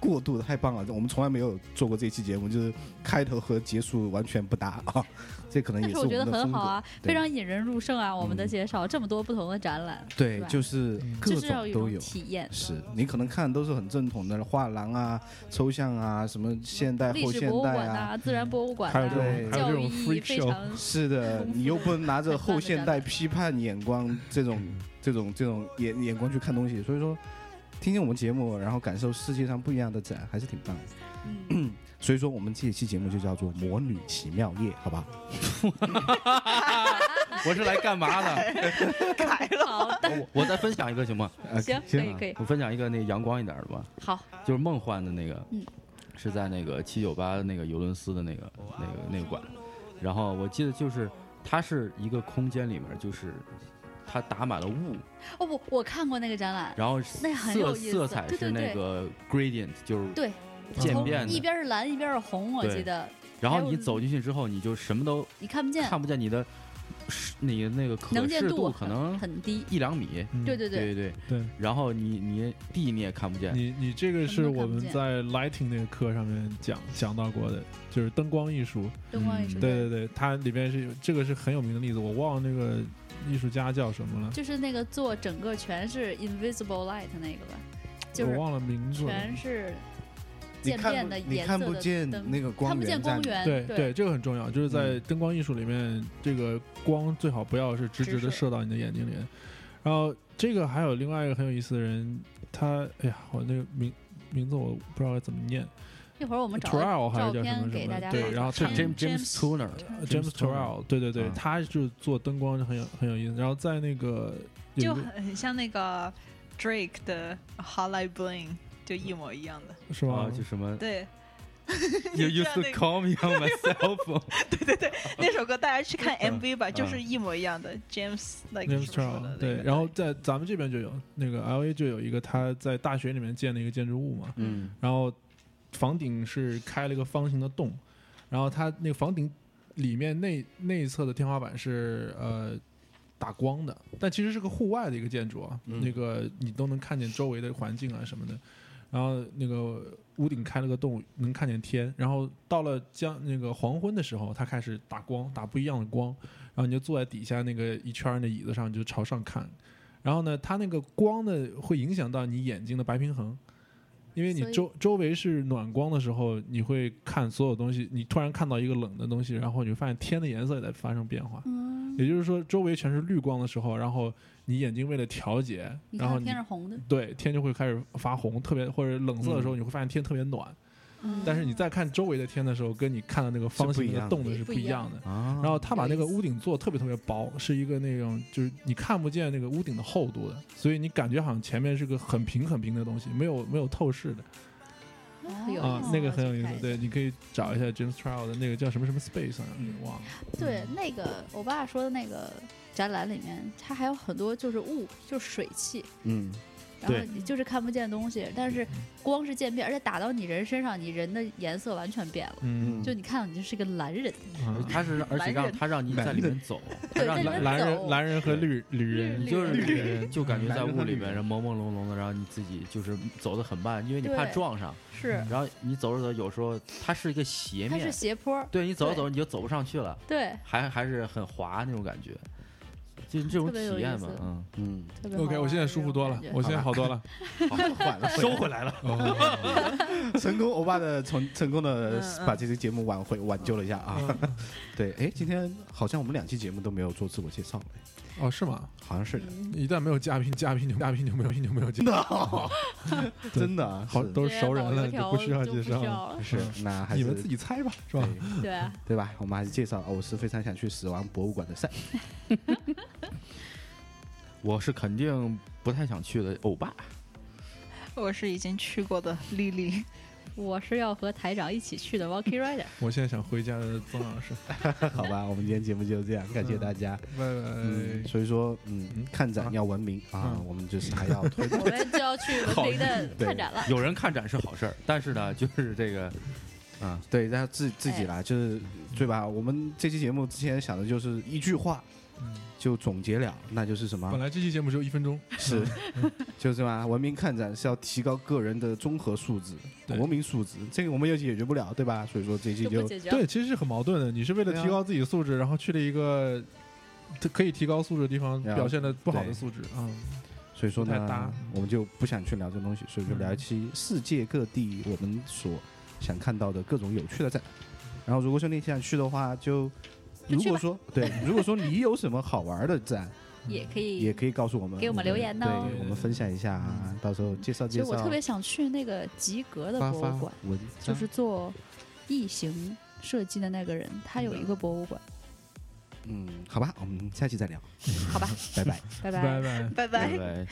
A: 过度的太棒了。我们从来没有做过这期节目，就是开头和结束完全不搭啊， 这可能
E: 但
A: 也
E: 是
A: 我
E: 我觉
A: 们
E: 得
A: 的
E: 很
A: 风格
E: 好。啊，
A: 对
E: 非常引人入胜啊！我们的
A: 嗯
E: 介绍这么多不同的展览，
A: 对
E: 是，吧
A: 就是
D: 嗯
A: 各
E: 就是要
A: 种都
E: 有一
A: 有
E: 种。体验。
A: 是你可能看的都是很正统的画廊啊、抽象啊、什么现代、
E: 历
A: 后
E: 史
A: 现
E: 博物
A: 代
E: 馆
A: 啊。
E: 啊，自然博 物馆
D: 还有这
E: 啊，
A: 对
D: 种还有
E: 教
D: 这
E: 育
D: 种
E: 意义
D: freak
E: 非
D: show，
E: 常
A: 是的，
E: 丰富
A: 你又不能拿着
E: 很棒的
A: 后现
E: 展
A: 代
E: 览
A: 批判眼光这种、这种、这种眼眼光去看东西，所以说，听听我们节目，然后感受世界上不一样的展，还是挺棒的。嗯 所以说，我们这一期节目就叫做《魔女奇妙夜》，好吧？
B: 我是来干嘛的？
C: 改了，
E: 好的，
B: 我我再分享一个行吗？
A: 呃
E: 行
A: 行
E: 可以可以
B: 我嗯分享一个那阳光一点的吧，
E: 好，
B: 就是梦幻的那个，
E: 嗯
B: 是在那个七九八那个尤伦斯的那个那个那个馆，然后我记得就是它是一个空间里面就是它打满了雾，
E: 哦不，我看过那个展览，
B: 然后
E: 那很有
B: 色
E: 意思
B: 色彩
E: 对对
B: 是那
E: 对
B: 个 gradient，就是
E: 对，
B: 渐
D: 从
B: 变
E: 一
B: 的，
E: 边是蓝一边是红，我
B: 对
E: 记得
B: 然后
E: 还有
B: 你走进去之后你就什么都
E: 你看不见，
B: 看不见，你的视你的那个可
E: 能见
B: 视
E: 度
B: 可
E: 很
B: 能
E: 很低，
B: 一两米，
D: 嗯
E: 对对对，
B: 对对，
D: 对，
B: 然后你你地你也看不见，
D: 你你这个是我们
E: 什么都
D: 在 lighting 那个课上面讲讲到过的，就是灯光艺术。
E: 灯光艺
B: 嗯
E: 术，
D: 对对对，它里边是有这个是很有名的例子，我忘了那个艺术家叫什么了，
E: 就是那个做整个全是 invisible light 那个吧，就是
D: 我忘了名字了。
E: 全是
A: 你
E: 渐
A: 看
E: 变
A: 不
E: 的
A: 你
E: 颜色
A: 看不
E: 的
A: 见
E: 灯
A: 那个光源，
E: 看不见光，源，
D: 对
E: 对，
D: 这个很重要，就是在
A: 嗯
D: 灯光艺术里面，这个光最好不要是直直
E: 直
D: 的
E: 射
D: 射到你的眼睛里。然后这个还有另外一个很有意思的人，他哎呀，我那个名名字我不知道该怎么念
E: 一会儿我们找到
D: ，Torrell 还是
E: 照
D: 叫什
E: 片
D: 么
E: 给
D: 什
E: 大
D: 么的？
E: 家发
D: 对，然后
B: 是
D: 他
E: 看
B: James
C: James-
B: James Turner，
D: James 嗯 Torrell，对对对，
B: 啊
D: 他就做灯光很有很有意思。然后在那个有一
C: 就
D: 个
C: 很很像那个 Drake 的 Hotline Bling，就一模一样的。
D: 哦是
B: 啊
D: 吧？
B: 就什么
C: 对
B: You
C: 你知
B: used
C: 道
B: to
C: 那个
B: call me on my cell phone，
D: 嗯
C: 那首歌，大家去看
B: 嗯
C: MV 吧，就
B: 嗯
C: 是一模一样的 James like
D: James
C: 什么什么
D: Charles
C: 的
D: 对，
C: 那个
D: 然后在咱们这边就有那个 L A 就有一个他在大学里面建的一个建筑物嘛，
B: 嗯，
D: 然后房顶是开了一个方形的洞，然后它那个房顶里面内内侧的天花板是呃打光的，但其实是个户外的一个建筑啊，
A: 嗯
D: 那个你都能看见周围的环境啊什么的。然后那个屋顶开了个洞，能看见天。然后到了将那个黄昏的时候，它开始打光，打不一样的光。然后你就坐在底下那个一圈儿的椅子上，你就朝上看。然后呢，它那个光呢会影响到你眼睛的白平衡，因为你
E: 所以
D: 周周围是暖光的时候，你会看所有东西。你突然看到一个冷的东西，然后你会发现天的颜色也在发生变化。
E: 嗯，
D: 也就是说，周围全是绿光的时候，然后你眼睛为了调节，
E: 你嗯
D: 然后
E: 看
D: 你
E: 天是红的，
D: 对天就会开始发红，特别或者冷色的时候，你会发现天特别暖。
E: 嗯
D: 但是你再看周围的天的时候，跟你看到那个方
A: 是不
D: 形
A: 一
D: 那
A: 样
D: 个
A: 的
D: 洞的是不
E: 不一
D: 一样
E: 样
D: 的。
A: 啊，
D: 然后他把那个
E: 有意思
D: 屋顶做得特别特别薄，是一个那种就是你看不见那个屋顶的厚度的，所以你感觉好像前面是个很平很平的东西，没有没有透视的
E: 很有
D: 啊
E: 意思，
D: 那个很有意
E: 我去看
D: 思。
E: 一下
D: 对，你可以找一下 James Trout 的那个叫什么什么 Space 啊，嗯忘了。
E: 对，那个我爸说的那个展览里面，它还有很多就是雾，就是水汽，
A: 嗯，
E: 然后
A: 对
E: 你就是看不见东西，但是光是渐变，而且打到你人身上，你人的颜色完全变了。
D: 嗯，
E: 就你看，你就是个蓝人，
D: 啊
B: 他是而且
C: 男
B: 让
C: 人
B: 他让你在里面走，他
E: 对
B: 让
E: 在
B: 你
E: 里
D: 蓝蓝
E: 面走
D: 人蓝人和绿绿人，
B: 你就是
D: 绿人
B: 就感觉 在
A: 男人和
B: 屋里
A: 女
B: 面，
A: 人
B: 然后朦朦胧胧的，然后你自己就是走得很慢，因为你怕
E: 对
B: 撞上。
E: 是
B: 然后你走着走，有时候它是一个斜
E: 它是
B: 面，
E: 斜坡，
B: 对你走着走着你就走不上去了，
E: 对，
B: 还还是很滑那种感觉。就这种
E: 特别有
B: 体验
E: 意
B: 嘛
E: 思，
B: 嗯，
A: 嗯，
E: 特别好
D: OK，我
E: 玩
D: 现在
E: 的
D: 舒
E: 这
D: 服
E: 种
D: 多了
E: 感觉，
D: 我现在好多 了。
A: 缓了，
F: 收回来了。
A: 成功欧巴的成成功的
C: 嗯嗯
A: 把这期节目挽回挽救了一下啊。
D: 哦
A: 对，哎，今天好像我们两期节目都没有做自我介绍，
D: 哦，是吗？
A: 好像是的，
E: 嗯
D: 一旦没有嘉宾，嘉宾就嘉宾就没有嘉宾就没有嘉宾，
A: 真的啊，
D: 好
A: 是
D: 都是熟人了，
E: 直接
D: 就
E: 老
D: 不
E: 油
D: 需要
E: 条就不
D: 介
E: 需
D: 绍了。
E: 要了，
A: 是那还是
D: 你们自己猜吧，是吧？
A: 对
E: 对啊，
A: 对吧？我们还是介绍，哦我是非常想去死亡博物馆的 赛，
B: 我是肯定不太想去的欧巴，
C: 我是已经去过的丽丽，
E: 我是要和台长一起去的 Rocky Rider。
D: 我现在想回家的曾老师，
A: 好吧？我们今天节目就这样，感谢大家。
D: 拜
A: 嗯，
D: 拜。
A: 所以说，嗯
D: 嗯，
A: 看展要文明啊，
D: 嗯
A: 我们就是 还要推
E: 我们就要去文明的看展了。
B: 有人看展是好事儿，但是呢，就是这个
A: 啊，对，然后
D: 哎
A: 自自己来，就是对吧？我们这期节目之前想的就是一句话
D: 嗯
A: 就总结了，那就是什么
D: 本？来嗯这期节目只有一分钟，
A: 是， 就是嘛，文明看展是要提高个人的综合素质、
D: 对
A: 国民素质，这个我们也解决不了，对吧？所以说这期
E: 就不
A: 就
E: 解决了，
D: 对，其实是很矛盾的。你是为了
A: 对啊
D: 提高自己素质，然后去了一个可以提高素质的地方，
A: 然后
D: 表现的不好的
A: 对
D: 素质啊。
A: 所以说
D: 不太搭嗯
A: 呢，我们就不想去聊这东西，所以就聊一期世界各地我们所想看到的各种有趣的展。然后，如果说你想去的话，就
E: 就
A: 如
E: 去吧
A: 果说 对，如果说你有什么好玩的展，
E: 也可以，
A: 也可以告诉我们，
E: 给我们留言呢
A: 对，我们分享一下啊，到时候介绍
E: 其
A: 介
E: 实
A: 绍。
E: 我特别想去那个及格的
A: 发
E: 博
A: 发
E: 物馆，
A: 文
E: 就
A: 章
E: 是做异形设计的那个人，他有一个博物馆。
A: 嗯，好吧，我们下期再聊，
E: 好吧，
A: 拜拜。
E: 拜
D: 拜拜。
C: 拜
B: 对。